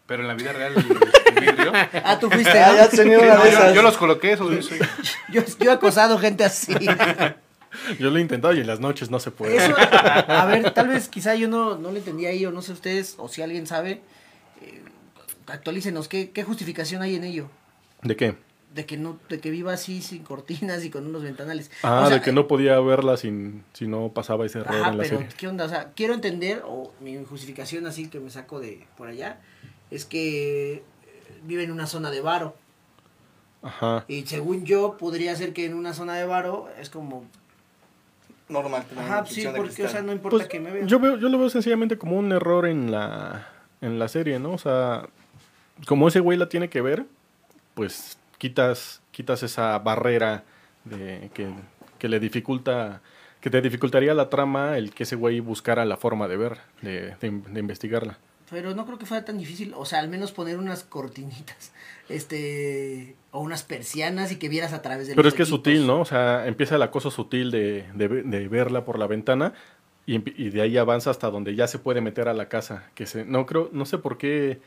Speaker 4: Pero en la vida real, el, el vidrio.
Speaker 1: Ah, tú fuiste.
Speaker 3: Ah,
Speaker 1: ¿no?
Speaker 3: ya has tenido una
Speaker 4: No,
Speaker 3: de
Speaker 4: yo-
Speaker 3: esas.
Speaker 4: yo, los coloqué, esos. esos-
Speaker 1: Yo, yo he acosado gente así.
Speaker 2: Yo lo he intentado y en las noches no se puede.
Speaker 1: Eso, a ver, tal vez quizá yo no, no lo entendía ahí, o no sé ustedes, o si alguien sabe, eh, actualícenos, ¿qué, ¿qué justificación hay en ello?
Speaker 2: ¿De qué?
Speaker 1: De que no, de que viva así sin cortinas y con unos ventanales.
Speaker 2: Ah,
Speaker 1: O sea, eh,
Speaker 2: de que no podía verla sin, si no pasaba ese error
Speaker 1: Ajá,
Speaker 2: en la
Speaker 1: pero
Speaker 2: serie.
Speaker 1: ¿qué onda? O sea, quiero entender, o mi justificación así que me saco de por allá, es que eh, vive en una zona de varo.
Speaker 2: Ajá.
Speaker 1: Y según yo, podría ser que en una zona de varo es como.
Speaker 3: Normal. tener una
Speaker 1: Ajá, sí,
Speaker 3: prisión de
Speaker 1: porque, o sea,
Speaker 3: cristal.
Speaker 1: no importa
Speaker 2: Pues,
Speaker 1: que me vean.
Speaker 2: yo, veo, yo lo veo sencillamente como un error en la, en la serie, ¿no? O sea, como ese güey la tiene que ver, pues quitas, quitas esa barrera de, que, que le dificulta, que te dificultaría la trama el que ese güey buscara la forma de ver, de, de in- de investigarla.
Speaker 1: Pero no creo que fuera tan difícil, o sea, al menos poner unas cortinitas, este, o unas persianas y que vieras a través del
Speaker 2: Pero es que es sutil, ¿no? O sea, empieza el acoso sutil de, de ve- de verla por la ventana y, empi- y de ahí avanza hasta donde ya se puede meter a la casa. Que se, no creo, no sé por qué,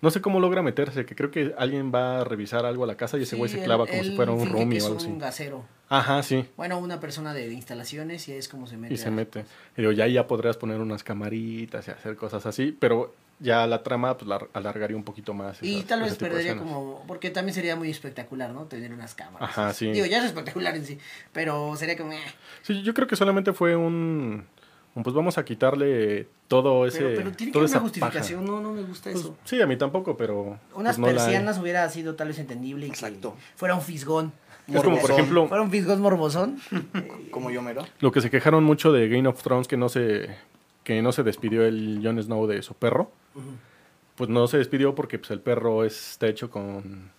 Speaker 2: no sé cómo logra meterse, que creo que alguien va a revisar algo a la casa y ese güey se clava como si fuera un roomie o algo así.
Speaker 1: un gasero.
Speaker 2: Ajá, sí.
Speaker 1: Bueno, una persona de instalaciones y es como se mete.
Speaker 2: Y se
Speaker 1: a-
Speaker 2: mete. Y digo, ya ahí ya podrías poner unas camaritas y hacer cosas así, pero ya la trama pues, la alargaría un poquito más.
Speaker 1: Y
Speaker 2: esas-
Speaker 1: tal vez
Speaker 2: ese tipo de
Speaker 1: perdería
Speaker 2: escenas.
Speaker 1: como. Porque también sería muy espectacular, ¿no? Tener unas cámaras.
Speaker 2: Ajá, sí.
Speaker 1: Digo, ya es espectacular en sí. Pero sería como. eh.
Speaker 2: Sí, yo creo que solamente fue un, un, pues vamos a quitarle todo ese...
Speaker 1: Pero, pero tiene que
Speaker 2: toda
Speaker 1: haber una
Speaker 2: esa
Speaker 1: justificación. No, no me gusta
Speaker 2: paja. Pues,
Speaker 1: eso.
Speaker 2: sí, a mí tampoco, pero... pues,
Speaker 1: Unas
Speaker 2: no la hay.
Speaker 1: persianas hubiera sido tal vez entendible. Y que
Speaker 3: Exacto.
Speaker 1: fuera un fisgón.
Speaker 2: Es como, por
Speaker 1: morbosón.
Speaker 2: ejemplo,
Speaker 1: Fuera un fisgón morbosón.
Speaker 3: Como yo mero.
Speaker 2: lo que se quejaron mucho de Game of Thrones, que no se, que no se despidió el Jon Snow de su perro. Pues no se despidió porque pues, el perro es- está hecho con,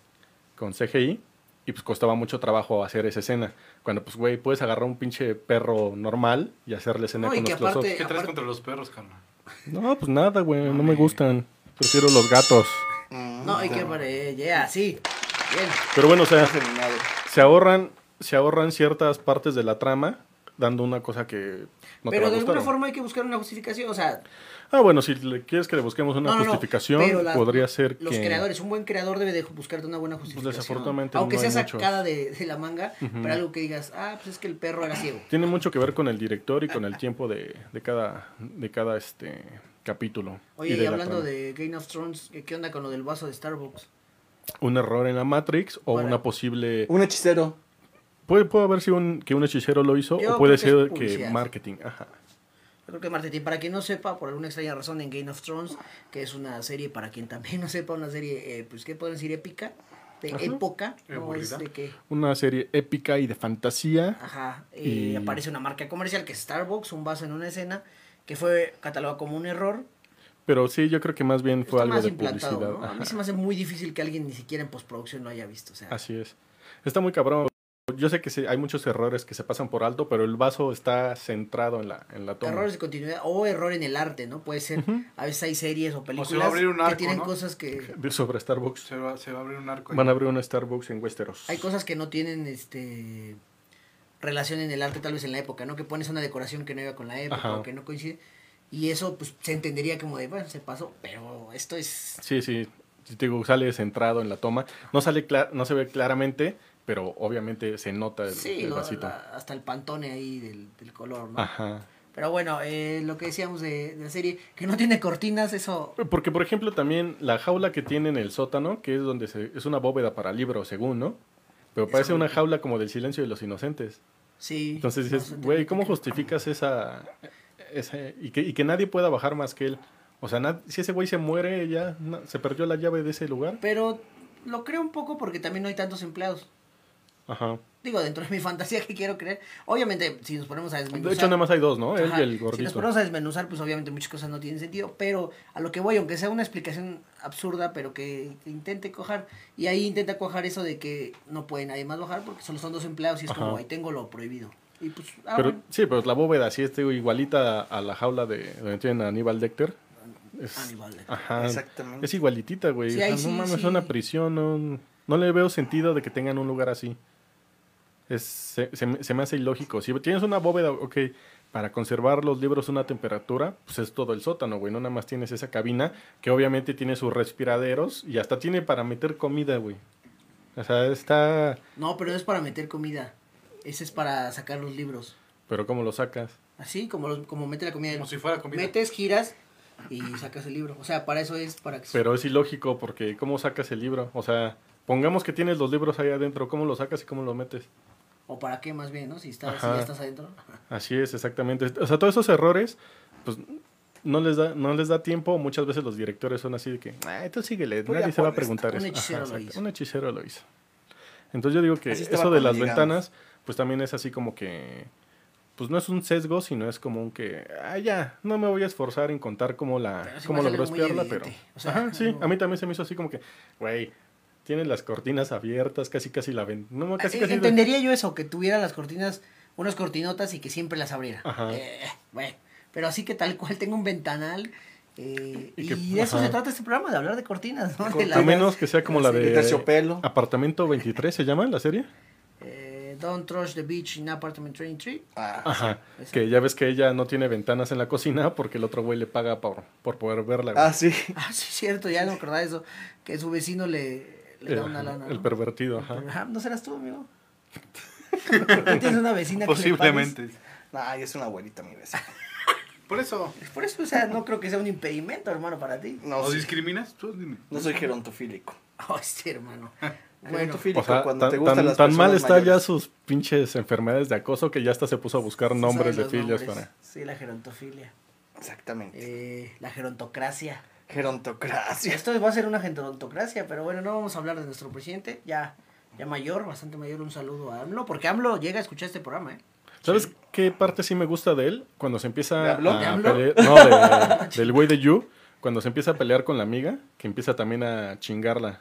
Speaker 2: con CGI y pues costaba mucho trabajo hacer esa escena. Cuando pues, güey, puedes agarrar un pinche perro normal y hacer la escena
Speaker 1: No, y
Speaker 2: con
Speaker 1: que
Speaker 2: los dos ojos.
Speaker 1: aparte-
Speaker 4: ¿Qué traes
Speaker 1: aparte-
Speaker 4: contra los perros, carnal?
Speaker 2: No, pues nada, güey, no me gustan. Prefiero los gatos.
Speaker 3: Mm,
Speaker 1: No, y que pare. Ya, sí. Bien.
Speaker 2: Pero bueno, o sea,
Speaker 3: Terminado.
Speaker 2: se ahorran, se ahorran ciertas partes de la trama dando una cosa que no te va
Speaker 1: pero
Speaker 2: a
Speaker 1: de alguna
Speaker 2: gustar.
Speaker 1: forma hay que buscar una justificación. O sea,
Speaker 2: Ah, bueno, si le quieres que le busquemos una
Speaker 1: No, no, no,
Speaker 2: justificación,
Speaker 1: pero las-
Speaker 2: podría ser
Speaker 1: los
Speaker 2: que...
Speaker 1: creadores, un buen creador debe de buscarte una buena justificación.
Speaker 2: desafortunadamente
Speaker 1: Aunque
Speaker 2: no
Speaker 1: sea
Speaker 2: hay muchos.
Speaker 1: sacada de, de la manga, pero algo que digas, ah, pues es que el perro era ciego.
Speaker 2: Tiene mucho que ver con el director y con el tiempo de, de cada, de cada este, capítulo.
Speaker 1: Oye, y,
Speaker 2: de la
Speaker 1: hablando
Speaker 2: trama.
Speaker 1: de Game of Thrones, ¿qué- ¿qué onda con lo del vaso de Starbucks?
Speaker 2: Un error en la Matrix o
Speaker 1: Para-
Speaker 2: una posible...
Speaker 3: Un hechicero.
Speaker 2: Puede, puede haber sido un- que un hechicero lo hizo
Speaker 1: Yo
Speaker 2: o puede
Speaker 1: creo que es
Speaker 2: ser que,
Speaker 1: publicidad.
Speaker 2: marketing. Ajá.
Speaker 1: Yo creo que Martín, para quien no sepa, por alguna extraña razón, en Game of Thrones, que es una serie, para quien también no sepa, una serie, eh, pues, ¿qué pueden decir? Épica, de
Speaker 2: Ajá.
Speaker 1: época, no
Speaker 4: Aburrida.
Speaker 1: es de que,
Speaker 2: Una serie épica y de fantasía.
Speaker 1: ajá, eh,
Speaker 2: Y-
Speaker 1: aparece una marca comercial que es Starbucks, un vaso en una escena, que fue catalogado como un error,
Speaker 2: Pero sí, yo creo que más bien fue
Speaker 1: Está
Speaker 2: algo
Speaker 1: más
Speaker 2: de
Speaker 1: implantado,
Speaker 2: publicidad.
Speaker 1: ¿no? A mí
Speaker 2: Ajá.
Speaker 1: se me hace muy difícil que alguien ni siquiera en postproducción lo haya visto. O sea,
Speaker 2: Así es. Está muy cabrón. Yo sé que sí, hay muchos errores que se pasan por alto, pero el vaso está centrado en la, en la toma.
Speaker 1: errores de continuidad o error en el arte, ¿no? Puede ser. A veces hay series o películas
Speaker 4: abrir un arco,
Speaker 1: que tienen
Speaker 4: ¿no?
Speaker 1: cosas que.
Speaker 2: Sobre Starbucks.
Speaker 4: Se va, se va a abrir un arco. ahí.
Speaker 2: Van a abrir una Starbucks en Westeros.
Speaker 1: Hay cosas que no tienen este relación en el arte, tal vez en la época, ¿no? Que pones una decoración que no iba con la época
Speaker 2: Ajá.
Speaker 1: o que no coincide. Y eso, pues, se entendería como de, bueno, se pasó, pero esto es.
Speaker 2: Sí, sí. Si te digo, sale centrado en la toma. No sale cla- no se ve claramente, pero obviamente se nota el,
Speaker 1: sí,
Speaker 2: el
Speaker 1: lo-
Speaker 2: vasito. Ah.
Speaker 1: la- hasta el pantone ahí del, del color, ¿no?
Speaker 2: Ajá.
Speaker 1: Pero bueno, eh, lo que decíamos de, de la serie, que no tiene cortinas, eso.
Speaker 2: Porque, por ejemplo, también la jaula que tiene en el sótano, que es donde se- es una bóveda para libros, según, ¿no? Pero
Speaker 1: Es
Speaker 2: parece una
Speaker 1: horrible.
Speaker 2: jaula como del silencio de los inocentes.
Speaker 1: Sí.
Speaker 2: Entonces
Speaker 1: no
Speaker 2: dices,
Speaker 1: se
Speaker 2: güey,
Speaker 1: entiende.
Speaker 2: ¿cómo justificas esa... esa- y, que, y que nadie pueda bajar más que él? O sea, nad- si ese güey se muere, ya na- se perdió la llave de ese lugar.
Speaker 1: Pero lo creo un poco porque también no hay tantos empleados.
Speaker 2: Ajá.
Speaker 1: Digo, dentro de mi fantasía que quiero creer. Obviamente, si nos ponemos a desmenuzar.
Speaker 2: De hecho, nada más hay dos, ¿no? Oh, Él
Speaker 1: Ajá,
Speaker 2: y el
Speaker 1: Si nos
Speaker 2: gordito.
Speaker 1: ponemos a desmenuzar, pues obviamente muchas cosas no tienen sentido. Pero a lo que voy, aunque sea una explicación absurda, pero que intente cojar. Y ahí intenta cojar eso de que no puede nadie más bajar porque solo son dos empleados y es como,
Speaker 2: Ajá.
Speaker 1: ahí tengo lo prohibido. Y pues, ah,
Speaker 2: Pero,
Speaker 1: bueno.
Speaker 2: sí, pero la bóveda, sí, este, igualita a la jaula de donde tienen a Aníbal Lecter. Es,
Speaker 1: Aníbal Lecter.
Speaker 2: Ajá.
Speaker 3: Exactamente.
Speaker 2: Es igualitita, güey.
Speaker 1: Sí,
Speaker 2: O sea,
Speaker 1: ahí
Speaker 2: no
Speaker 1: sí,
Speaker 2: mames, es
Speaker 1: sí.
Speaker 2: una prisión. No, no le veo sentido de que tengan un lugar así. Es, se, se me- se me hace ilógico. Si tienes una bóveda, ok, para conservar los libros a una temperatura, pues es todo el sótano, güey. No nada más tienes esa cabina que obviamente tiene sus respiraderos y hasta tiene para meter comida, güey. O sea, está...
Speaker 1: No, pero no es para meter comida. Ese es para sacar los libros.
Speaker 2: Pero ¿cómo lo sacas?
Speaker 1: Así, como, los, como mete la comida.
Speaker 4: Como si fuera comida.
Speaker 1: Metes, giras y sacas el libro. O sea, para eso es, para que...
Speaker 2: Pero es ilógico porque ¿cómo sacas el libro? O sea, pongamos que tienes los libros ahí adentro, ¿cómo los sacas y cómo los metes?
Speaker 1: O para qué más bien, ¿no? Si, estás, si
Speaker 2: Ajá.
Speaker 1: ya estás adentro.
Speaker 2: Así es, exactamente. O sea, todos esos errores, pues no les da, no les da tiempo. Muchas veces los directores son así de que, ah, esto síguele,
Speaker 1: Pues
Speaker 3: Tú ya
Speaker 2: nadie se va a
Speaker 3: pones,
Speaker 2: preguntar
Speaker 1: un
Speaker 2: eso.
Speaker 1: hechicero lo
Speaker 2: exacto,
Speaker 1: hizo.
Speaker 2: Un hechicero lo hizo. Entonces yo digo que
Speaker 3: Así estaba
Speaker 2: eso de
Speaker 3: cuando
Speaker 2: las
Speaker 3: llegamos.
Speaker 2: ventanas, pues también es así como que, pues no es un sesgo, sino es como un que, ah, ya, no me voy a esforzar en contar cómo la,
Speaker 1: Pero sí
Speaker 2: cómo
Speaker 1: me
Speaker 2: logró
Speaker 1: sale muy
Speaker 2: espiarla, pero,
Speaker 1: evidente. O sea,
Speaker 2: ajá, sí,
Speaker 1: no.
Speaker 2: a mí también se me hizo así como que, güey, tienes las cortinas abiertas, casi casi la ven, no, casi
Speaker 1: Eh,
Speaker 2: casi.
Speaker 1: Entendería yo eso, que tuviera las cortinas, unas cortinotas y que siempre las abriera.
Speaker 2: Ajá.
Speaker 1: Eh, bueno, pero así que tal cual tengo un ventanal Eh,
Speaker 2: Y
Speaker 1: y,
Speaker 2: que-
Speaker 1: de eso
Speaker 2: ajá.
Speaker 1: se trata este programa, de hablar de cortinas, ¿no? De la-
Speaker 2: A menos que sea como la de.
Speaker 3: De terciopelo.
Speaker 2: Apartamento 23 se llama la serie.
Speaker 1: eh, Don't Trash the Beach in Apartment 23.
Speaker 3: Ah,
Speaker 2: Ajá.
Speaker 1: Esa.
Speaker 2: Que ya ves que ella no tiene ventanas en la cocina porque el otro güey le paga por, por poder verla. güey.
Speaker 3: ah, sí.
Speaker 1: Ah, sí, es cierto, ya no me acordaba de eso. Que su vecino le, le da
Speaker 2: Eh,
Speaker 1: una lana.
Speaker 2: El
Speaker 1: ¿no?
Speaker 2: pervertido, ajá.
Speaker 1: Ajá, ¿No serás tú, amigo? ¿No tienes una vecina que le pagues?
Speaker 4: Posiblemente.
Speaker 3: Nah, ya Ah, es una abuelita mi vecina.
Speaker 4: Por eso.
Speaker 1: Por eso, o sea, no creo que sea un impedimento, hermano, para ti.
Speaker 3: No,
Speaker 4: ¿O
Speaker 3: sí.
Speaker 4: discriminas? Tú dime.
Speaker 3: no soy gerontofílico.
Speaker 1: Oh, sí, hermano. Bueno,
Speaker 3: Gerontofílico
Speaker 2: O sea,
Speaker 3: cuando
Speaker 2: tan,
Speaker 3: te gustan
Speaker 2: tan-
Speaker 3: las
Speaker 2: tan mal
Speaker 3: personas
Speaker 2: está ya
Speaker 3: mayores.
Speaker 2: sus pinches enfermedades de acoso que ya hasta se puso a buscar nombres de
Speaker 1: ¿saben los
Speaker 2: filias
Speaker 1: nombres?
Speaker 2: para.
Speaker 1: Sí, la gerontofilia.
Speaker 3: Exactamente.
Speaker 1: Eh, la gerontocracia.
Speaker 3: Gerontocracia.
Speaker 1: Esto va a ser una gerontocracia, pero bueno, no vamos a hablar de nuestro presidente, ya, ya mayor, bastante mayor. Un saludo a AMLO, porque AMLO llega a escuchar este programa, ¿eh?
Speaker 2: ¿Sabes qué parte sí me gusta de él? Cuando se empieza
Speaker 3: ¿De Habló?
Speaker 2: a
Speaker 1: ¿De Habló?
Speaker 2: pelear. No, de- del güey de You. Cuando se empieza a pelear con la amiga, que empieza también a chingarla.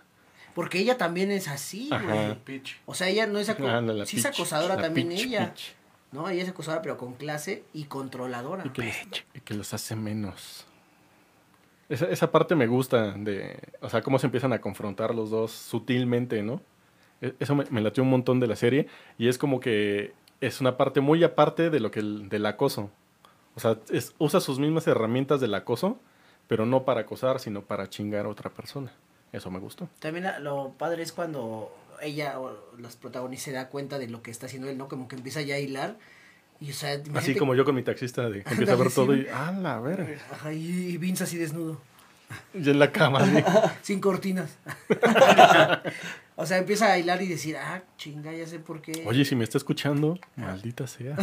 Speaker 1: Porque ella también es así,
Speaker 2: Ajá.
Speaker 1: güey.
Speaker 4: Pitch.
Speaker 1: O sea, ella no es, aco-
Speaker 2: Ah, la- la
Speaker 1: sí es
Speaker 2: pitch,
Speaker 1: acosadora
Speaker 2: la
Speaker 1: también
Speaker 2: pitch,
Speaker 1: ella.
Speaker 2: pitch.
Speaker 1: No, ella es acosadora, pero con clase y controladora.
Speaker 2: Y que, los, y que los hace menos. Esa, esa parte me gusta, de, o sea, cómo se empiezan a confrontar los dos sutilmente, ¿no? E- Eso me, me latió un montón de la serie y es como que es una parte muy aparte de lo que el- del acoso. O sea, es- usa sus mismas herramientas del acoso, pero no para acosar, sino para chingar a otra persona. Eso me gustó.
Speaker 1: También la- lo padre es cuando ella o las protagonistas se da cuenta de lo que está haciendo él, ¿no? Como que empieza ya a hilar. Y, o sea,
Speaker 2: Así
Speaker 1: imagínate-
Speaker 2: como yo con mi taxista, de, que empiezo a
Speaker 1: Ándale,
Speaker 2: ver
Speaker 1: sí,
Speaker 2: todo
Speaker 1: güey.
Speaker 2: y, ah, la verga.
Speaker 1: Ajá, y, y Vince así desnudo,
Speaker 2: Y en la cama, así.
Speaker 1: sin cortinas. o sea, empieza a hilar y decir, ah, chinga, ya sé por qué.
Speaker 2: Oye, si me está escuchando, maldita sea.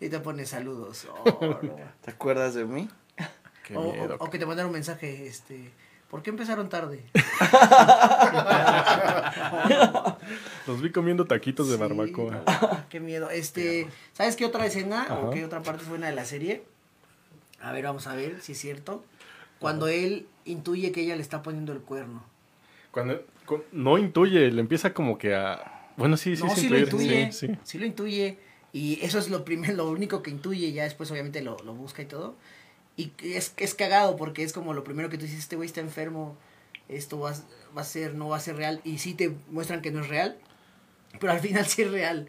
Speaker 1: Y te pone saludos. Oh, no.
Speaker 3: ¿Te acuerdas de mí?
Speaker 2: Qué
Speaker 1: o, o-
Speaker 2: miedo.
Speaker 1: o que te mandaron un mensaje, este, ¿por qué empezaron tarde?
Speaker 2: Los vi comiendo taquitos de
Speaker 1: Sí,
Speaker 2: barbacoa.
Speaker 1: no, qué miedo. Este, ¿sabes qué otra escena
Speaker 2: Ajá.
Speaker 1: o qué otra parte buena de la serie? A ver, vamos a ver si es cierto. Cuando él intuye que ella le está poniendo el cuerno.
Speaker 2: Cuando cu- no intuye, le empieza como que a bueno, sí, sí,
Speaker 1: no,
Speaker 2: es
Speaker 1: sí lo
Speaker 2: intuir,
Speaker 1: intuye.
Speaker 2: sí,
Speaker 1: Sí,
Speaker 2: sí.
Speaker 1: lo intuye. Y eso es lo primero, lo único que intuye. Ya después, obviamente, lo, lo busca y todo. Y que es, es cagado porque es como lo primero que tú dices: Este güey está enfermo. Esto va, a- va a ser, no va a ser real. Y sí te muestran que no es real. Pero al final sí es real.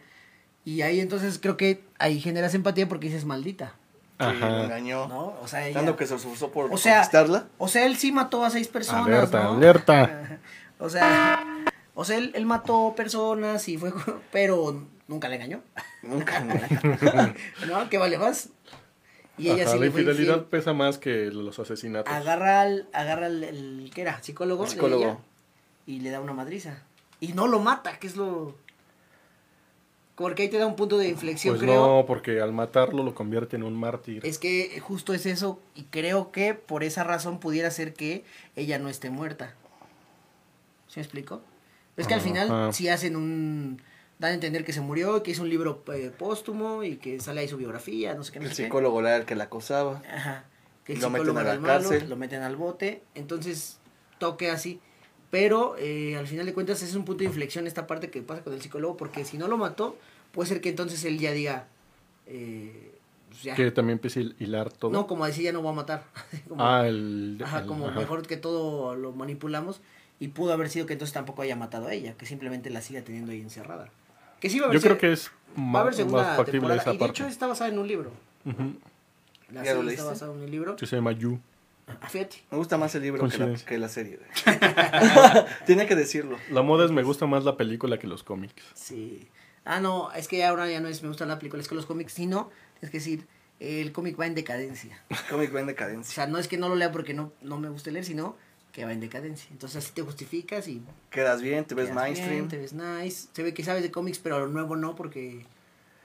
Speaker 1: Y ahí entonces creo que ahí generas empatía porque dices maldita.
Speaker 3: Que me
Speaker 2: Ajá.
Speaker 3: engañó.
Speaker 1: ¿No? O sea, ella-
Speaker 3: Tanto que se esforzó por
Speaker 1: O sea-
Speaker 3: conquistarla.
Speaker 1: O sea, él sí mató a seis personas.
Speaker 2: Alerta,
Speaker 1: ¿no?
Speaker 2: alerta.
Speaker 1: O sea, o sea él, él mató personas y fue. Pero nunca le engañó.
Speaker 3: Nunca me
Speaker 1: ¿No? ¿Qué vale más? Y ella
Speaker 2: Ajá,
Speaker 1: sí
Speaker 2: la
Speaker 1: le fue
Speaker 2: infidelidad
Speaker 1: infiel.
Speaker 2: pesa más que los asesinatos.
Speaker 1: Agarra al, agarra al, el- ¿qué era? ¿Psicólogo?
Speaker 3: El
Speaker 1: de
Speaker 3: psicólogo.
Speaker 1: ella, y le da una madriza. Y no lo mata, que es lo... Porque ahí te da un punto de inflexión,
Speaker 2: pues
Speaker 1: creo.
Speaker 2: no, porque al matarlo lo convierte en un mártir.
Speaker 1: Es que justo es eso, y creo que por esa razón pudiera ser que ella no esté muerta. ¿Se me explicó? Es que al
Speaker 2: Ajá.
Speaker 1: final si hacen un... Dan a entender que se murió, que hizo un libro eh, póstumo y que sale ahí su biografía, no sé qué. no
Speaker 3: El
Speaker 1: sé qué.
Speaker 3: psicólogo era el que la acosaba.
Speaker 1: Ajá. Que el
Speaker 3: Lo meten
Speaker 1: psicólogo
Speaker 3: a la
Speaker 1: era el malo,
Speaker 3: cárcel.
Speaker 1: lo meten al bote. Entonces, toque así. Pero eh, al final de cuentas es un punto de inflexión esta parte que pasa con el psicólogo, porque si no lo mató, puede ser que entonces él ya diga. eh, pues ya.
Speaker 2: Que también empieza a hilar todo.
Speaker 1: No, como decía, ya no voy a matar. como,
Speaker 2: ah, el,
Speaker 1: ajá,
Speaker 2: el-
Speaker 1: como
Speaker 2: ajá.
Speaker 1: mejor que todo lo manipulamos. Y pudo haber sido que entonces tampoco haya matado a ella, que simplemente la siga teniendo ahí encerrada. Que sí va a haber
Speaker 2: Yo creo
Speaker 1: se-
Speaker 2: que es
Speaker 1: va a
Speaker 2: ma-
Speaker 1: haber
Speaker 2: más,
Speaker 1: segunda
Speaker 2: factible
Speaker 1: temporada.
Speaker 2: esa
Speaker 1: y de hecho
Speaker 2: parte.
Speaker 1: está basada en un libro.
Speaker 2: Ujú.
Speaker 1: La
Speaker 3: ¿Ya
Speaker 1: serie
Speaker 3: lo
Speaker 1: está
Speaker 3: leíste?
Speaker 1: basada en un libro.
Speaker 2: Que se llama You.
Speaker 1: Ah, Fíjate.
Speaker 3: Me gusta más el libro que la,
Speaker 2: Coincidencia.
Speaker 3: que la serie. güey. Tenía que decirlo.
Speaker 2: La moda es
Speaker 1: Pues
Speaker 2: me gusta más la película que los cómics.
Speaker 1: Sí. Ah, no, es que ahora ya no es me gusta la película, es que los cómics, sino, es decir, el cómic va en decadencia.
Speaker 3: Comic va en
Speaker 1: O
Speaker 3: decadencia.
Speaker 1: sea, no es que no lo lea porque no, no me guste leer, sino que va en decadencia. Entonces así te justificas y...
Speaker 3: Quedas bien, te ves
Speaker 1: quedas bien,
Speaker 3: mainstream.
Speaker 1: Te ves nice. Se ve que sabes de cómics, pero lo nuevo no porque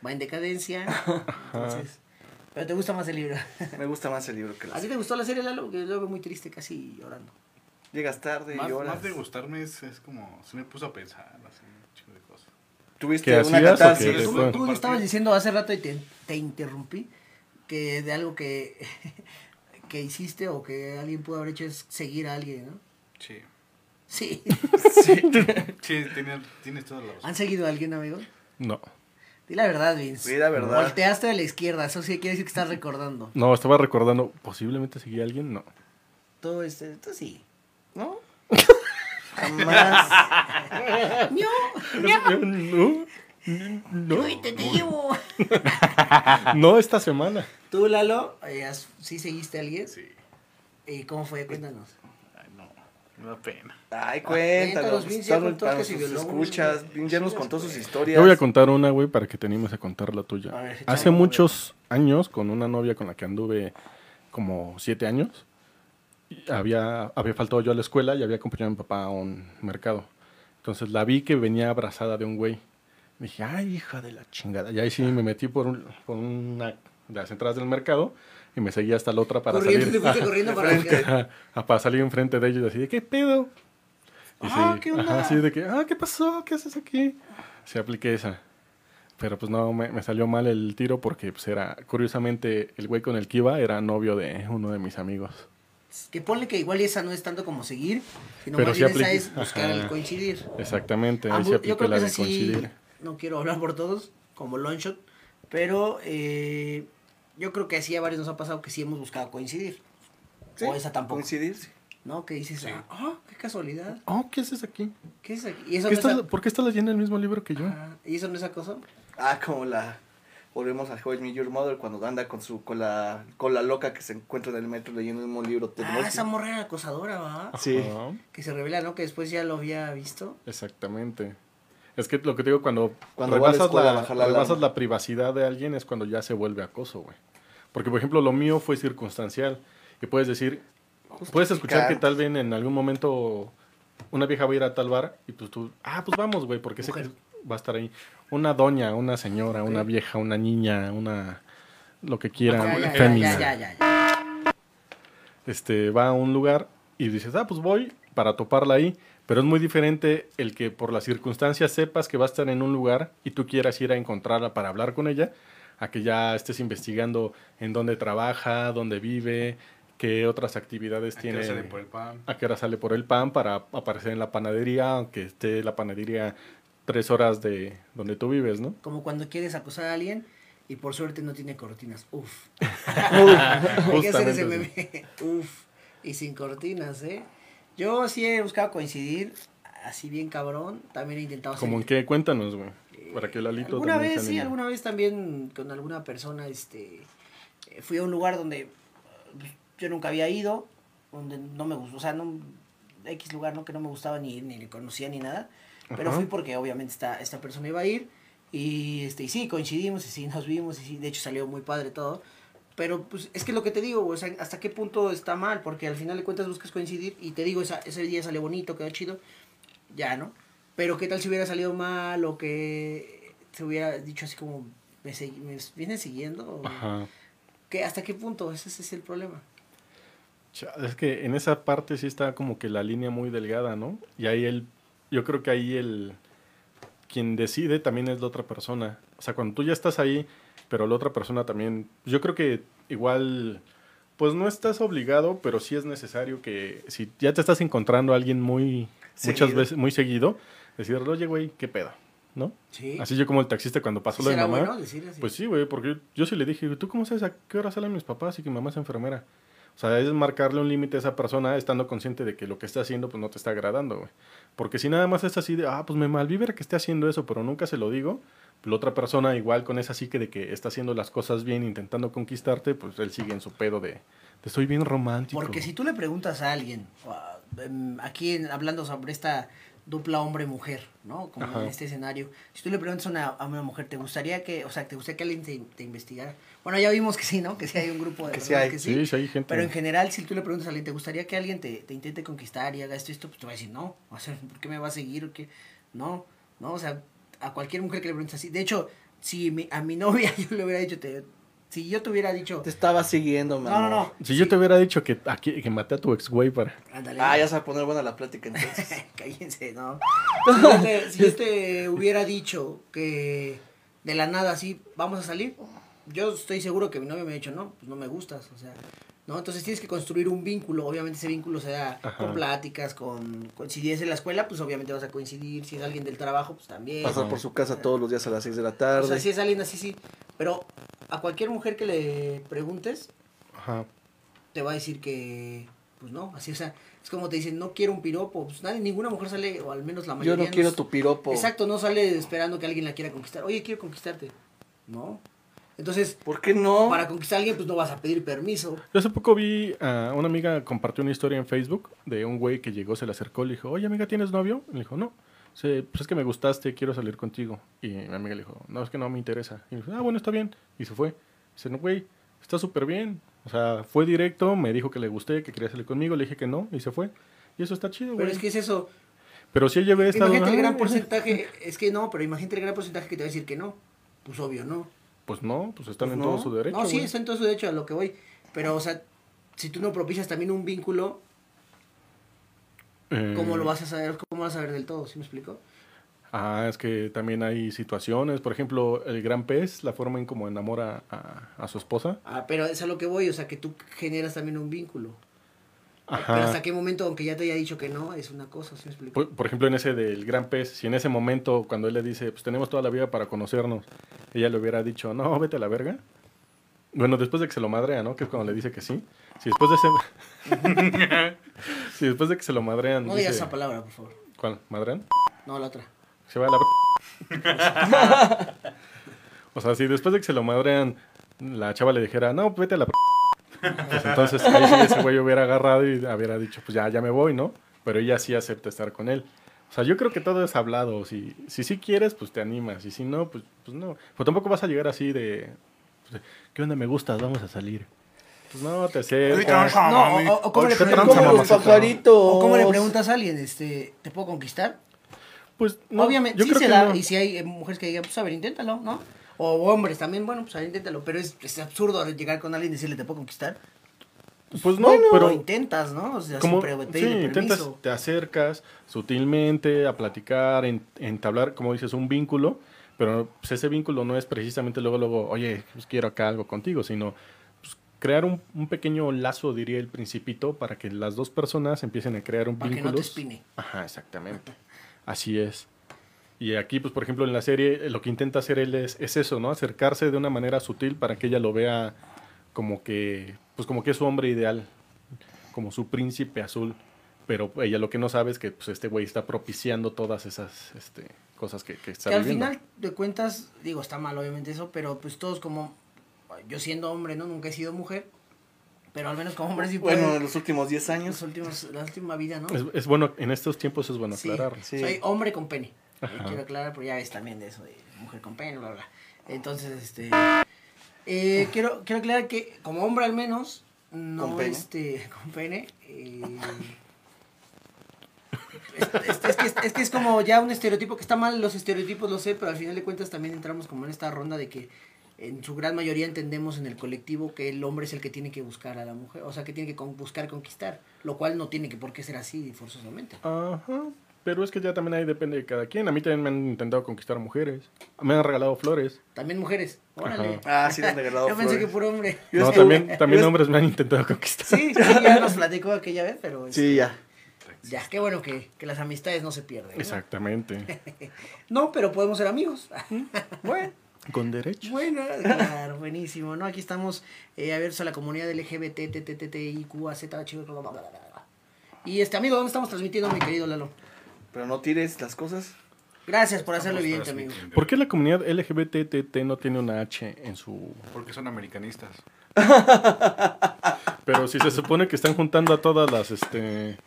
Speaker 1: va en decadencia. Entonces, pero te gusta más el libro.
Speaker 3: Me gusta más el libro que
Speaker 1: ¿A
Speaker 3: la
Speaker 1: ti
Speaker 3: serie.
Speaker 1: te gustó la serie, Lalo? Que yo lo veo muy triste, casi llorando.
Speaker 3: Llegas tarde
Speaker 4: Más,
Speaker 3: y horas.
Speaker 4: más de gustarme es, es como. Se me puso a pensar así, un chingo de cosas.
Speaker 2: ¿Que
Speaker 3: Tuviste una
Speaker 2: hacías o que
Speaker 3: catarsis.
Speaker 2: te
Speaker 1: Tú,
Speaker 2: fue?
Speaker 1: tú estabas diciendo hace rato y te, te interrumpí que de algo que, que hiciste o que alguien pudo haber hecho es seguir a alguien, ¿no?
Speaker 4: Sí.
Speaker 1: Sí.
Speaker 4: Sí, tenía- tienes toda la razón.
Speaker 1: ¿Han seguido a alguien, amigo?
Speaker 2: No.
Speaker 1: Di la verdad, Vince.
Speaker 3: Di la verdad.
Speaker 1: Volteaste a la izquierda, eso sí quiere decir que estás recordando.
Speaker 2: No, estaba recordando, posiblemente seguía alguien, no.
Speaker 1: Tú, este, tú sí.
Speaker 3: ¿No? Jamás.
Speaker 1: ¡Miau!
Speaker 2: Eh, No, no,
Speaker 1: ¡Uy, te llevo!
Speaker 2: no esta semana.
Speaker 1: Tú, Lalo, eh, has- ¿sí seguiste a alguien?
Speaker 4: Sí.
Speaker 1: ¿Y cómo fue? Cuéntanos.
Speaker 4: Ay, no. Me da pena.
Speaker 3: Ay, pues,
Speaker 1: cuéntanos,
Speaker 3: cuéntanos.
Speaker 1: Vince, ya
Speaker 3: Para
Speaker 1: contó que
Speaker 3: nuestros
Speaker 1: se violó un-
Speaker 3: escuchas. Vince ya nos
Speaker 1: Chidas,
Speaker 3: contó sus
Speaker 1: güey.
Speaker 3: historias.
Speaker 2: Yo voy a contar una, güey, para que te animes a contar la tuya.
Speaker 3: A ver, échale,
Speaker 2: Hace
Speaker 3: a ver.
Speaker 2: muchos años, con una novia con la que anduve como siete años, y había, había faltado yo a la escuela y había acompañado a mi papá a un mercado. Entonces la vi que venía abrazada de un güey. Dije, ay, hija de la chingada. Y ahí sí me metí por, un- por una de las entradas del mercado y me seguía hasta la otra para
Speaker 1: corriendo,
Speaker 2: salir.
Speaker 1: te fuiste
Speaker 2: Ajá.
Speaker 1: corriendo para que...
Speaker 2: Ajá, a- para salir enfrente de ellos así de qué pedo.
Speaker 1: Ah, ¿qué onda?
Speaker 2: Ajá, así de que, ah, ¿qué pasó? ¿Qué haces aquí? Se apliqué esa. Pero pues no, me, me salió mal el tiro porque pues era, curiosamente, el güey con el que iba era novio de uno de mis amigos.
Speaker 1: Que ponle que igual esa no es tanto como seguir, sino
Speaker 2: Pero
Speaker 1: más
Speaker 2: sí
Speaker 1: bien esa
Speaker 2: aplica-
Speaker 1: es buscar
Speaker 2: Ajá.
Speaker 1: el coincidir.
Speaker 2: Exactamente, ahí
Speaker 1: Ambos-
Speaker 2: se
Speaker 1: Ah, yo
Speaker 2: aplicó
Speaker 1: creo que
Speaker 2: la
Speaker 1: es
Speaker 2: de
Speaker 1: así,
Speaker 2: coincidir.
Speaker 1: no quiero hablar por todos, como Longshot, pero eh, yo creo que así a varios nos ha pasado que sí hemos buscado coincidir.
Speaker 3: Sí,
Speaker 1: O Oh, esa tampoco.
Speaker 3: Coincidir, sí.
Speaker 1: ¿No? Que dices, ah, ah, qué casualidad.
Speaker 2: Oh, ¿qué haces aquí?
Speaker 1: ¿Qué es aquí? ¿Y eso,
Speaker 2: ¿Qué
Speaker 1: no es
Speaker 2: estás-
Speaker 1: ac-
Speaker 2: ¿Por qué estás leyendo el mismo libro que yo?
Speaker 1: Ah, ¿Y eso no es acoso?
Speaker 3: Ah, como la. Volvemos a How I Met Your Mother cuando anda con su con la, con la loca que se encuentra en el metro leyendo el mismo libro. Ted
Speaker 1: Ah,
Speaker 3: Mosby.
Speaker 1: esa morra era acosadora, ¿va?
Speaker 2: Ah.
Speaker 3: Sí.
Speaker 2: Ajá.
Speaker 1: Que se revela, ¿no? Que después ya lo había visto.
Speaker 2: Exactamente. Es que lo que te digo, cuando,
Speaker 3: Cuando va a la
Speaker 2: rebasas,
Speaker 3: escuela
Speaker 2: la,
Speaker 3: a bajar la
Speaker 2: rebasas
Speaker 3: alarma.
Speaker 2: la privacidad de alguien es cuando ya se vuelve acoso, güey. Porque, por ejemplo, lo mío fue circunstancial. Y puedes decir, puedes escuchar que tal vez en algún momento una vieja va a ir a tal bar y pues tú, ah, pues vamos, güey, porque sé que
Speaker 1: Mujer.
Speaker 2: va a estar ahí. Una doña, una señora, una vieja, una niña, una... Lo que quiera,
Speaker 1: Ya, ya, ya,
Speaker 2: fémina
Speaker 1: ya, ya, ya, ya.
Speaker 2: este, va a un lugar y dices, ah, pues voy para toparla ahí. Pero es muy diferente el que por las circunstancias sepas que va a estar en un lugar y tú quieras ir a encontrarla para hablar con ella, a que ya estés investigando en dónde trabaja, dónde vive, qué otras actividades
Speaker 4: ¿A qué
Speaker 2: tiene.
Speaker 4: hora sale por el pan?
Speaker 2: a qué hora sale por el pan para aparecer en la panadería, aunque esté la panadería tres horas de donde tú vives, ¿no?
Speaker 1: Como cuando quieres acosar a alguien y por suerte no tiene cortinas. Uf. Hay que hacer
Speaker 2: Justamente
Speaker 1: ese
Speaker 2: así.
Speaker 1: meme. Uf. Y sin cortinas, ¿eh? Yo sí he buscado coincidir, así bien cabrón. También he
Speaker 4: Ah,
Speaker 1: intentado
Speaker 2: Como en
Speaker 1: hacer-
Speaker 2: qué, cuéntanos, güey. Para que Lalito
Speaker 1: alguna
Speaker 2: también
Speaker 1: vez
Speaker 2: se
Speaker 1: sí
Speaker 2: anime.
Speaker 1: alguna vez también con alguna persona este eh, fui a un lugar donde eh, yo nunca había ido donde no me gustó o sea no x lugar no que no me gustaba ni ir, ni le conocía ni nada pero
Speaker 2: Ajá.
Speaker 1: fui porque obviamente esta esta persona iba a ir y este y sí coincidimos y sí nos vimos y sí de hecho salió muy padre todo pero pues es que lo que te digo, o sea, hasta qué punto está mal, porque al final de cuentas buscas coincidir y te digo, esa, ese día salió bonito, quedó chido, ya, ¿no? Pero qué tal si hubiera salido mal o que se hubiera dicho así como, me, segui- me vienen siguiendo, o
Speaker 2: Ajá.
Speaker 1: ¿Qué, ¿hasta qué punto? Ese, ese es el problema.
Speaker 2: Cha- Es que en esa parte sí está como que la línea muy delgada, ¿no? Y ahí el, yo creo que ahí el, quien decide también es la otra persona. O sea, cuando tú ya estás ahí, pero la otra persona también, yo creo que igual, pues no estás obligado, pero sí es necesario que si ya te estás encontrando a alguien muy, muchas
Speaker 3: Seguido.
Speaker 2: veces, muy seguido, decirle, oye, güey, qué pedo, ¿no?
Speaker 1: Sí.
Speaker 2: Así yo como el taxista cuando pasó lo de
Speaker 1: ¿Será
Speaker 2: mamá.
Speaker 1: bueno decir así?
Speaker 2: Pues sí, güey, porque yo sí le dije, ¿tú cómo sabes a qué hora salen mis papás y que mi mamá es enfermera? O sea, es marcarle un límite a esa persona estando consciente de que lo que está haciendo pues no te está agradando, güey. Porque si nada más es así de, ah, pues me malvibra que esté haciendo eso, pero nunca se lo digo, la otra persona igual con esa psique de que está haciendo las cosas bien, intentando conquistarte, pues él sigue en su pedo de, te soy bien romántico.
Speaker 1: Porque si tú le preguntas a alguien, o a- em, aquí en- hablando sobre esta dupla hombre-mujer, ¿no? Como
Speaker 2: Ajá.
Speaker 1: en este escenario, si tú le preguntas a una, a una mujer, ¿te gustaría que, o sea, te gustaría que alguien te, te investigara? Bueno, ya vimos que sí, ¿no? Que sí hay un grupo de
Speaker 3: Que sí
Speaker 1: personas
Speaker 3: hay.
Speaker 1: que
Speaker 2: Sí, sí hay gente.
Speaker 1: Pero en general, si tú le preguntas a alguien, ¿te gustaría que alguien te, te intente conquistar y haga esto y esto? Pues te va a decir, no, o sea, ¿por qué me va a seguir? ¿O qué? No, no, o sea, a cualquier mujer que le preguntes así. De hecho, si mi- a mi novia yo le hubiera dicho, te- si yo te hubiera dicho,
Speaker 3: Te estaba siguiendo, mi
Speaker 1: no, no,
Speaker 3: amor.
Speaker 1: no.
Speaker 2: Si yo te hubiera dicho que, aquí, que maté a tu ex güey para...
Speaker 1: Ándale.
Speaker 3: Ah, ya se va a poner buena la plática entonces.
Speaker 1: Cállense, ¿no? Si yo, te, si yo te hubiera dicho que de la nada así vamos a salir, yo estoy seguro que mi novia me ha dicho, no, pues no me gustas, o sea, ¿no? Entonces tienes que construir un vínculo, obviamente ese vínculo se da con pláticas, con, con- si es en la escuela, pues obviamente vas a coincidir, si es alguien del trabajo, pues también.
Speaker 3: Pasar por su casa todos los días a las 6 de la tarde.
Speaker 1: O sea, si es alguien así, sí, pero a cualquier mujer que le preguntes,
Speaker 2: Ajá.
Speaker 1: te va a decir que, pues no, así, o sea, es como te dicen, no quiero un piropo, pues nadie, ninguna mujer sale, o al menos la mayoría.
Speaker 3: Yo no quiero tu piropo.
Speaker 1: Exacto, no sale esperando que alguien la quiera conquistar, oye, quiero conquistarte, no. Entonces,
Speaker 3: ¿Por qué no?
Speaker 1: para conquistar a alguien, pues no vas a pedir permiso.
Speaker 2: Yo hace poco vi a una amiga compartió una historia en Facebook de un güey que llegó, se le acercó, le dijo, oye amiga, ¿tienes novio? Y le dijo, no. Dice, pues es que me gustaste, quiero salir contigo. Y mi amiga le dijo, no, es que no me interesa. Y le dijo, ah, bueno, está bien. Y se fue. Dice, no, güey, está súper bien. O sea, fue directo, me dijo que le gusté, que quería salir conmigo, le dije que no, y se fue. Y eso está chido,
Speaker 1: Pero
Speaker 2: güey.
Speaker 1: es que es eso.
Speaker 2: Pero si ella ve esta...
Speaker 1: Imagínate
Speaker 2: Ah,
Speaker 1: el gran porcentaje. Es que no, pero imagínate el gran porcentaje que te va a decir que no. Pues obvio, no.
Speaker 2: Pues no, pues están
Speaker 3: Pues
Speaker 2: en
Speaker 3: no.
Speaker 2: todo su derecho.
Speaker 1: no, sí,
Speaker 2: güey.
Speaker 1: está en todo su derecho a lo que voy. Pero, o sea, si tú no propicias también un vínculo,
Speaker 2: Eh,
Speaker 1: ¿cómo lo vas a saber? ¿Cómo vas a saber del todo? ¿Sí me explico?
Speaker 2: Ah, es que también hay situaciones. Por ejemplo, el gran pez, la forma en cómo enamora a, a su esposa.
Speaker 1: Ah, pero es a lo que voy, o sea, que tú generas también un vínculo. Pero
Speaker 2: Ajá.
Speaker 1: hasta qué momento, aunque ya te haya dicho que no, es una cosa, ¿sí me explico?
Speaker 2: Por, por ejemplo, en ese del gran pez, si en ese momento, cuando él le dice, pues tenemos toda la vida para conocernos, ella le hubiera dicho, no, vete a la verga. Bueno, después de que se lo madrea, ¿no? Que es cuando le dice que sí. Si después de ese... si después de que se lo madrean...
Speaker 1: no
Speaker 2: dice,
Speaker 1: digas esa palabra, por favor.
Speaker 2: ¿Cuál? ¿Madrean?
Speaker 1: No, la otra.
Speaker 2: Se va a la... ver- o sea, si después de que se lo madrean, la chava le dijera, no, vete a la... ver-". Pues entonces ahí sí ese güey hubiera agarrado y hubiera dicho, pues ya, ya me voy, ¿no? Pero ella sí acepta estar con él. O sea, yo creo que todo es hablado. Si, si sí quieres, pues te animas. Y si no, pues, pues no. Pero tampoco vas a llegar así de, pues, de, ¿qué onda? Me gustas, vamos a salir. Pues no, te acercas.
Speaker 1: No, o, o- o cómo le preguntas-
Speaker 4: Ahorita tranza,
Speaker 3: ¿Cómo los
Speaker 4: mamacita.
Speaker 3: pajaritos?
Speaker 1: o cómo le preguntas a alguien, este, ¿te puedo conquistar?
Speaker 2: Pues no,
Speaker 1: Obviamente,
Speaker 2: yo
Speaker 1: sí
Speaker 2: creo
Speaker 1: se
Speaker 2: que
Speaker 1: da,
Speaker 2: no.
Speaker 1: y si hay eh, mujeres que digan, pues a ver, inténtalo, ¿no? O hombres también, bueno, pues a ver, inténtalo, pero es, es absurdo llegar con alguien y decirle, ¿te puedo conquistar?
Speaker 2: Pues no,
Speaker 1: Bueno, lo
Speaker 2: pero
Speaker 1: intentas, ¿no? O sea,
Speaker 2: como,
Speaker 1: siempre
Speaker 2: sí,
Speaker 1: pedirle
Speaker 2: intentas,
Speaker 1: permiso.
Speaker 2: te acercas sutilmente a platicar, en- entablar, como dices, un vínculo, pero pues, ese vínculo no es precisamente luego, luego, oye, pues, quiero acá algo contigo, sino pues, crear un, un pequeño lazo, diría el principito, para que las dos personas empiecen a crear un
Speaker 1: Para que no
Speaker 2: vínculo.
Speaker 1: te espine.
Speaker 2: Ajá, exactamente. Así es. Y aquí, pues, por ejemplo, en la serie, eh, lo que intenta hacer él es, es eso, ¿no? Acercarse de una manera sutil para que ella lo vea como que, pues, como que es su hombre ideal, como su príncipe azul. Pero ella lo que no sabe es que, pues, este güey está propiciando todas esas, este, cosas que, que está
Speaker 1: Que al
Speaker 2: viviendo.
Speaker 1: final de cuentas, digo, está mal obviamente eso, pero pues todos como, yo siendo hombre, ¿no? Nunca he sido mujer, pero al menos como hombre sí
Speaker 3: Bueno, en
Speaker 1: puedo.
Speaker 3: los últimos 10
Speaker 1: Los
Speaker 3: años.
Speaker 1: últimos, la última vida, ¿no?
Speaker 2: Es, es bueno, en estos tiempos es bueno
Speaker 1: Sí,
Speaker 2: aclarar.
Speaker 3: Sí.
Speaker 1: Soy hombre con pene. Eh, Quiero aclarar, pero ya es también de eso, de mujer con pene, bla, bla. Entonces, este. eh, quiero, quiero aclarar que, como hombre al menos, no
Speaker 3: ¿Con pene?
Speaker 1: este. Con pene. eh, es, es- es que, es, es que es como ya un estereotipo que está mal, los estereotipos lo sé, pero al final de cuentas también entramos como en esta ronda de que en su gran mayoría entendemos en el colectivo que el hombre es el que tiene que buscar a la mujer, o sea, que tiene que con- buscar conquistar, lo cual no tiene que por qué ser así forzosamente.
Speaker 2: Ajá. Pero es que ya también ahí depende de cada quien. A mí también me han intentado conquistar mujeres. Me han regalado flores.
Speaker 1: También mujeres. Órale.
Speaker 3: Ah, sí, le han regalado
Speaker 1: Yo pensé que
Speaker 3: flores.
Speaker 1: puro hombre.
Speaker 3: Yo
Speaker 2: no,
Speaker 3: estuve-
Speaker 2: también, también
Speaker 3: yo est-
Speaker 2: hombres me han intentado conquistar.
Speaker 1: Sí, sí, ya nos platicó aquella vez, pero
Speaker 3: Sí, ya.
Speaker 1: ya, qué bueno que, que las amistades no se pierden. ¿no?
Speaker 2: Exactamente.
Speaker 1: No, pero podemos ser amigos.
Speaker 3: Bueno,
Speaker 2: Con derecho.
Speaker 1: bueno, claro, buenísimo, ¿no? Aquí estamos eh, abiertos a la comunidad LGBT, Y este amigo, ¿dónde estamos transmitiendo, mi querido Lalo?
Speaker 3: pero no tires las cosas.
Speaker 1: Gracias por hacerlo evidente, amigo.
Speaker 4: transmitiendo.
Speaker 2: ¿Por qué la comunidad LGBTT no tiene una H en su...
Speaker 4: Porque son americanistas.
Speaker 2: Pero si se supone que están juntando a todas las, este...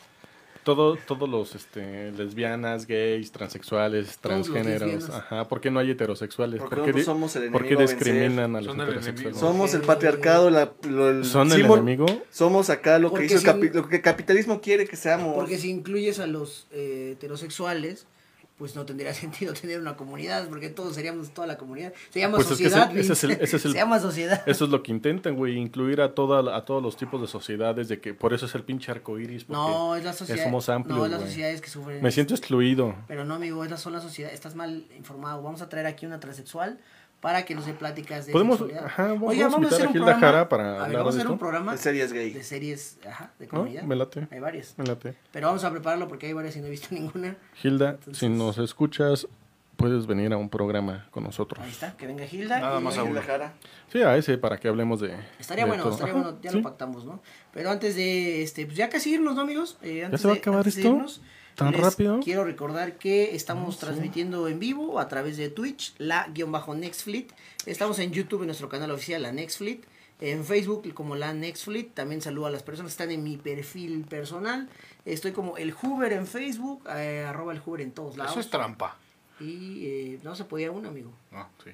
Speaker 2: Todo, todos los este, lesbianas, gays, transexuales,
Speaker 1: Todos los
Speaker 2: transgéneros.
Speaker 1: lesbianas.
Speaker 2: Ajá, ¿por qué no hay heterosexuales?
Speaker 3: Porque
Speaker 2: ¿Por qué,
Speaker 3: nosotros
Speaker 2: di-
Speaker 3: somos el
Speaker 2: por qué
Speaker 3: enemigo a vencer.
Speaker 2: discriminan a los
Speaker 4: Son el
Speaker 2: heterosexuales?
Speaker 4: enemigo.
Speaker 3: Somos el patriarcado, la, lo- el,
Speaker 2: ¿Son el
Speaker 3: símbolo-
Speaker 2: enemigo?
Speaker 3: Somos acá lo que
Speaker 1: Porque
Speaker 3: hizo el
Speaker 1: si-
Speaker 3: capi- lo que el capitalismo quiere que seamos.
Speaker 1: Porque si incluyes a los eh, heterosexuales, pues no tendría sentido tener una comunidad, porque todos seríamos toda la comunidad. Se llama
Speaker 2: Pues es que ese-
Speaker 1: sociedad.
Speaker 2: ese es el-
Speaker 1: Vince.
Speaker 2: ese es el-
Speaker 1: Se llama sociedad.
Speaker 2: Eso es lo que intentan, güey, incluir a, toda, la- a todos los tipos de sociedades, de que por eso es el pinche arco iris.
Speaker 1: No, es la sociedad.
Speaker 2: somos amplios,
Speaker 1: no, es las
Speaker 2: güey.
Speaker 1: sociedades que sufren.
Speaker 2: Me siento excluido.
Speaker 1: Pero no, amigo, esas son las sociedades. Estás mal informado. Vamos a traer aquí una transexual para que nos dé pláticas de
Speaker 2: Podemos,
Speaker 1: sexualidad.
Speaker 2: ajá, vamos,
Speaker 1: Oiga,
Speaker 2: vamos a invitar a
Speaker 1: un
Speaker 2: Gilda
Speaker 1: programa-
Speaker 2: Jara para
Speaker 1: a ver,
Speaker 2: hablar
Speaker 1: vamos a
Speaker 2: de
Speaker 1: hacer un
Speaker 2: esto.
Speaker 1: programa
Speaker 3: De series
Speaker 1: de
Speaker 3: gay.
Speaker 1: series, ajá, de
Speaker 2: ¿No?
Speaker 1: comunidad.
Speaker 2: Me late,
Speaker 1: Hay varias.
Speaker 2: me late.
Speaker 1: Pero vamos a prepararlo porque hay varias y no he visto ninguna.
Speaker 2: Gilda,
Speaker 1: Entonces-
Speaker 2: si nos escuchas, puedes venir a un programa con nosotros.
Speaker 1: Ahí está, que venga Gilda.
Speaker 4: Nada
Speaker 1: y-
Speaker 4: más a uno.
Speaker 2: Sí, a ese, para que hablemos de.
Speaker 1: Estaría
Speaker 2: de
Speaker 1: bueno,
Speaker 2: todo.
Speaker 1: estaría
Speaker 2: Ajá,
Speaker 1: bueno, ya
Speaker 2: sí.
Speaker 1: lo pactamos, ¿no? Pero antes de, este, pues ya casi irnos, ¿no, amigos? Eh, antes
Speaker 2: se va a
Speaker 1: de-
Speaker 2: acabar
Speaker 1: antes de
Speaker 2: esto?
Speaker 1: irnos,
Speaker 2: ¿Tan
Speaker 1: les
Speaker 2: rápido? Ah,
Speaker 1: Quiero recordar que estamos transmitiendo en vivo a través de Twitch, la-nextfleet. Estamos en YouTube, en nuestro canal oficial, la Nextfleet. En Facebook como la Nextfleet. También saludo a las personas que están en mi perfil personal. Estoy como el Hoover en Facebook, eh, arroba el Hoover en todos lados.
Speaker 4: Eso es trampa.
Speaker 1: Y eh, no se podía un amigo.
Speaker 4: No, sí.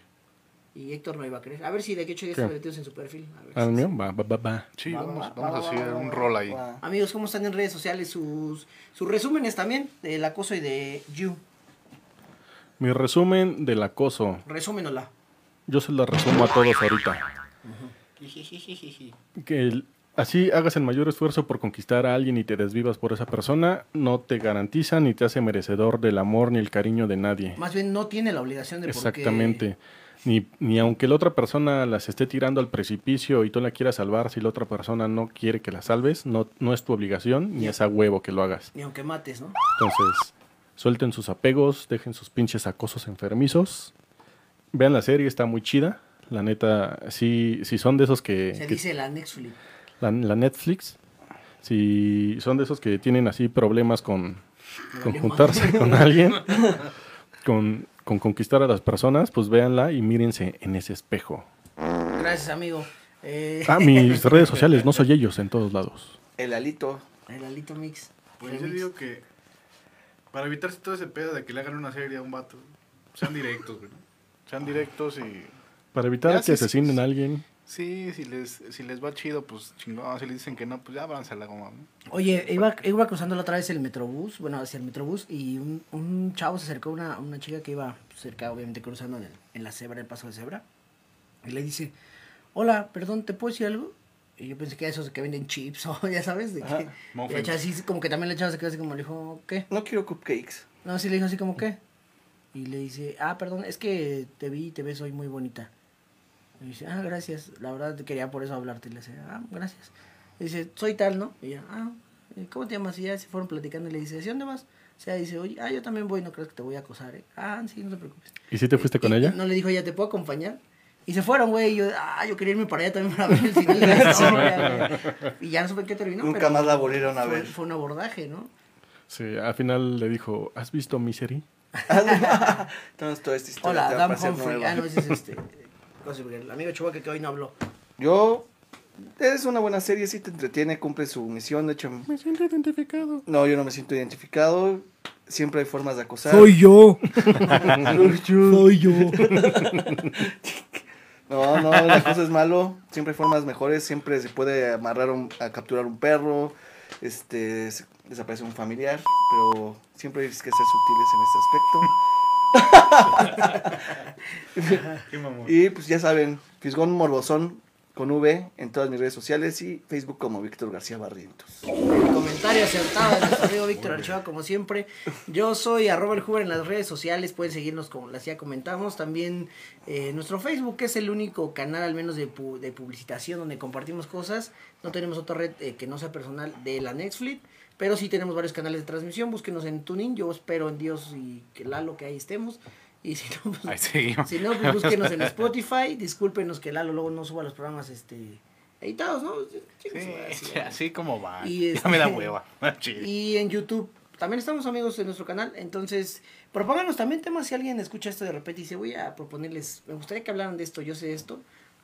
Speaker 1: Y Héctor no iba a creer. A ver si de aquí ocho días
Speaker 2: ¿Qué?
Speaker 1: te metemos en su perfil. A ver si-
Speaker 2: ¿Al mío? Va, va, va, va.
Speaker 4: Sí,
Speaker 1: Va,
Speaker 4: vamos,
Speaker 1: va,
Speaker 4: vamos
Speaker 1: va,
Speaker 4: a hacer
Speaker 1: va, va,
Speaker 4: un
Speaker 1: va,
Speaker 4: rol ahí.
Speaker 3: Va.
Speaker 1: Amigos, ¿cómo están en redes sociales? Sus, sus resúmenes también del acoso y de You.
Speaker 2: Mi resumen del acoso.
Speaker 1: Resúmenosla.
Speaker 2: Yo se la resumo a todos ahorita. Que el- así hagas el mayor esfuerzo por conquistar a alguien y te desvivas por esa persona, no te garantiza ni te hace merecedor del amor ni el cariño de nadie.
Speaker 1: Más bien no tiene la obligación de por qué-
Speaker 2: Exactamente. Ni, ni aunque la otra persona las esté tirando al precipicio y tú la quieras salvar, si la otra persona no quiere que la salves, no, no es tu obligación ni es a huevo que lo hagas.
Speaker 1: Ni aunque mates, ¿no?
Speaker 2: Entonces, suelten sus apegos, dejen sus pinches acosos enfermizos. Vean la serie, está muy chida. La neta, si, si son de esos que...
Speaker 1: Se
Speaker 2: que-
Speaker 1: dice la Netflix.
Speaker 2: la, la Netflix, si son de esos que tienen así problemas con, con
Speaker 1: Problemas.
Speaker 2: juntarse con alguien, con, con conquistar a las personas, pues véanla y mírense en ese espejo.
Speaker 1: Gracias, amigo. Eh,
Speaker 2: Ah, mis redes sociales, no soy ellos en todos lados.
Speaker 3: El alito.
Speaker 1: El Alito Mix.
Speaker 4: Pues
Speaker 1: Remix.
Speaker 4: yo digo que para evitarse todo ese pedo de que le hagan una serie a un vato, sean directos, güey. ¿no? Sean directos y
Speaker 2: Para evitar
Speaker 4: Ya,
Speaker 2: que
Speaker 4: sí, sí,
Speaker 2: asesinen
Speaker 4: sí.
Speaker 2: a alguien,
Speaker 4: sí, si les si les va chido, pues chingón, si les dicen que no, pues ya abranse la goma, ¿no?
Speaker 1: Oye, iba, iba cruzando la otra vez el metrobús, bueno, hacia el metrobús, y un, un chavo se acercó a una, una chica que iba cerca, obviamente cruzando en, el- en la cebra, el paso de cebra, y le dice, hola, perdón, ¿te puedo decir algo? Y yo pensé que esos que venden chips, o ya sabes, de
Speaker 3: Ajá,
Speaker 1: que... y
Speaker 4: muffins.
Speaker 1: la chava así, como que también la chava se quedó así como, le dijo, ¿qué?
Speaker 3: No quiero cupcakes.
Speaker 1: No, sí le dijo así como, ¿qué? Y le dice, ah, perdón, es que te vi y te ves hoy muy bonita. Y dice, ah, gracias, la verdad te quería por eso hablarte. Y le dice, ah, gracias. Y dice, soy tal, ¿no? Y ella, ah, ¿y ¿cómo te llamas? Y ya se fueron platicando y le dice, ¿sí dónde vas? O sea, dice, oye, ah, yo también voy, no creas que te voy a acosar, ¿eh? Ah, sí, no te preocupes.
Speaker 2: ¿y si te fuiste con
Speaker 1: Y-
Speaker 2: ella?
Speaker 1: y No le dijo, ya te puedo acompañar. Y se fueron, güey. Y yo, ah, yo quería irme para allá también para ver el final de la historia, güey. Y ya no supe en qué terminó.
Speaker 3: Nunca
Speaker 1: pero
Speaker 3: más la volvieron a
Speaker 1: fue-
Speaker 3: ver.
Speaker 1: Fue un abordaje, ¿no?
Speaker 2: Sí, al final le dijo, ¿has visto Misery?
Speaker 3: Entonces toda esta historia
Speaker 1: Hola,
Speaker 3: te va a
Speaker 1: Adam
Speaker 3: parecer
Speaker 1: Humphrey.
Speaker 3: nueva.
Speaker 1: Ah, no, ese es este. José Miguel, el amigo Chihuahua que hoy no habló.
Speaker 3: Yo. Es una buena serie, sí te entretiene, cumple su misión. De hecho,
Speaker 2: Me siento identificado.
Speaker 3: no, yo no me siento identificado. Siempre hay formas de acosar.
Speaker 1: yo.
Speaker 3: Soy yo.
Speaker 1: Soy yo.
Speaker 3: No, no, la cosa es malo. Siempre hay formas mejores. Siempre se puede amarrar un- a capturar un perro. Este, se- desaparece un familiar. Pero siempre hay que ser este sutiles en
Speaker 4: Qué mamón.
Speaker 3: este aspecto. Y pues ya saben, Fisgón Morbosón con V en todas mis redes sociales y Facebook como Víctor García Barrientos.
Speaker 1: El comentario acertado de nuestro amigo Víctor Archua, como siempre. Yo soy arroba el Hoover en las redes sociales. Pueden seguirnos como las ya comentamos. También eh, nuestro Facebook es el único canal, al menos de, pu- de publicitación, donde compartimos cosas. No tenemos otra red eh, que no sea personal de la Netflix. Pero sí tenemos varios canales de transmisión. Búsquenos en TuneIn. Yo espero en Dios y que Lalo que ahí estemos. Y si no, pues,
Speaker 4: Ahí seguimos.
Speaker 1: Si no, pues búsquenos en Spotify. Discúlpenos que Lalo luego no suba los programas este editados, ¿no? Chingue su
Speaker 4: Sí,
Speaker 1: madre,
Speaker 4: sí,
Speaker 1: sí,
Speaker 4: así como va.
Speaker 1: Y
Speaker 4: Ya me da
Speaker 1: este-
Speaker 4: hueva. Chido.
Speaker 1: Y en YouTube. También estamos amigos en nuestro canal. Entonces, propónganos también temas si alguien escucha esto de repente y dice, voy a proponerles, me gustaría que hablaran de esto, yo sé esto.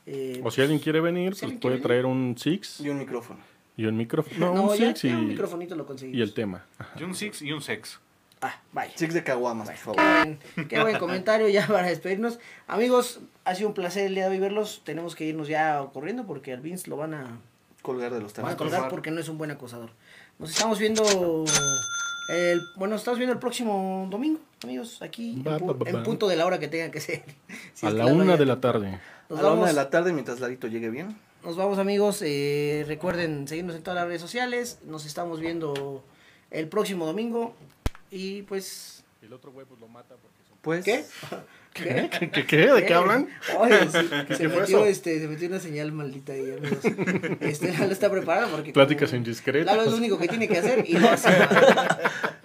Speaker 1: Eh,
Speaker 2: O si alguien quiere venir,
Speaker 1: Si
Speaker 2: pues
Speaker 1: alguien
Speaker 2: puede
Speaker 1: quiere
Speaker 2: traer un Six
Speaker 3: Y un micrófono.
Speaker 2: y un micrófono.
Speaker 1: pues, no,
Speaker 2: No, un
Speaker 1: ya,
Speaker 2: Six
Speaker 1: ya un
Speaker 2: y,
Speaker 1: microfonito lo conseguimos.
Speaker 2: y el tema.
Speaker 4: Y un six y un sex.
Speaker 1: Ah, bye.
Speaker 3: Six de Caguamas, por
Speaker 1: Qué
Speaker 3: favor.
Speaker 1: buen, qué buen comentario ya para despedirnos. Amigos, ha sido un placer el día de hoy verlos. Tenemos que irnos ya corriendo porque al Vince lo van a
Speaker 3: Colgar de los
Speaker 1: Van a
Speaker 3: temas.
Speaker 1: colgar porque no es un buen acosador. Nos estamos viendo. El, bueno, nos estamos viendo el próximo domingo, amigos, aquí en,
Speaker 2: Va,
Speaker 1: pu-
Speaker 2: va, va,
Speaker 1: en
Speaker 2: va.
Speaker 1: punto de la hora que tengan que ser. Si
Speaker 2: a
Speaker 1: es que
Speaker 2: la una
Speaker 1: vayan.
Speaker 2: de la tarde.
Speaker 1: Nos
Speaker 3: A la una
Speaker 1: vamos,
Speaker 3: de la tarde mientras Larito llegue bien.
Speaker 1: nos vamos, amigos. Eh, recuerden seguirnos en todas las redes sociales. Nos estamos viendo el próximo domingo. Y pues,
Speaker 2: Y el otro güey pues lo mata porque es un...
Speaker 3: Pues,
Speaker 1: ¿Qué?
Speaker 2: ¿Qué? ¿Qué? ¿Qué? ¿De qué hablan?
Speaker 1: Oye, sí, se,
Speaker 2: qué fue
Speaker 1: metió,
Speaker 2: eso?
Speaker 1: este, se metió una señal maldita ahí. amigos. Este, Lalo está preparado porque...
Speaker 2: Pláticas
Speaker 1: como-
Speaker 2: indiscretas.
Speaker 1: Lalo es lo único que tiene que hacer y lo hace mal.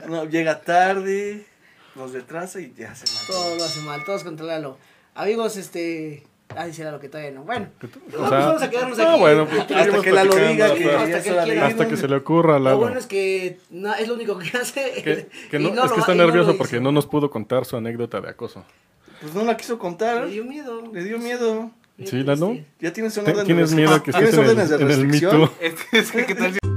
Speaker 3: no, llega tarde, nos retrasa y ya se mató.
Speaker 1: Todo lo hace mal, todos contra Lalo. Amigos, este... Ah, dice Lalo que todavía no. Bueno,
Speaker 2: O
Speaker 1: No,
Speaker 2: sea-
Speaker 1: pues vamos a quedarnos
Speaker 2: Ah,
Speaker 1: aquí.
Speaker 2: bueno, pues,
Speaker 3: Hasta
Speaker 2: seguimos
Speaker 3: que Lalo
Speaker 2: platicando
Speaker 3: diga que
Speaker 2: hasta-
Speaker 1: hasta
Speaker 3: ya
Speaker 1: que
Speaker 3: se
Speaker 1: él
Speaker 3: la
Speaker 1: quiera.
Speaker 3: dieron.
Speaker 2: Hasta que se le ocurra,
Speaker 1: lo
Speaker 2: Lalo.
Speaker 1: bueno es que no, es lo único que hace.
Speaker 2: Que- que
Speaker 1: y
Speaker 2: no- es
Speaker 1: lo
Speaker 2: que
Speaker 1: va-
Speaker 2: está
Speaker 1: y no lo
Speaker 2: nervioso
Speaker 1: hizo.
Speaker 2: porque no nos pudo contar su anécdota de acoso.
Speaker 3: Pues no la quiso contar,
Speaker 1: Le dio miedo. pues,
Speaker 3: le dio miedo.
Speaker 1: Qué
Speaker 2: Sí, Lalo.
Speaker 1: triste.
Speaker 3: Ya tienes un
Speaker 2: Te-
Speaker 3: orden de
Speaker 2: Tienes
Speaker 3: restricción. Ah,
Speaker 2: miedo que
Speaker 3: ¿Tienes
Speaker 2: estés en el,
Speaker 3: órdenes de
Speaker 2: en el Me
Speaker 3: restricción?
Speaker 2: Too.
Speaker 4: Es que, es que, ¿qué tal si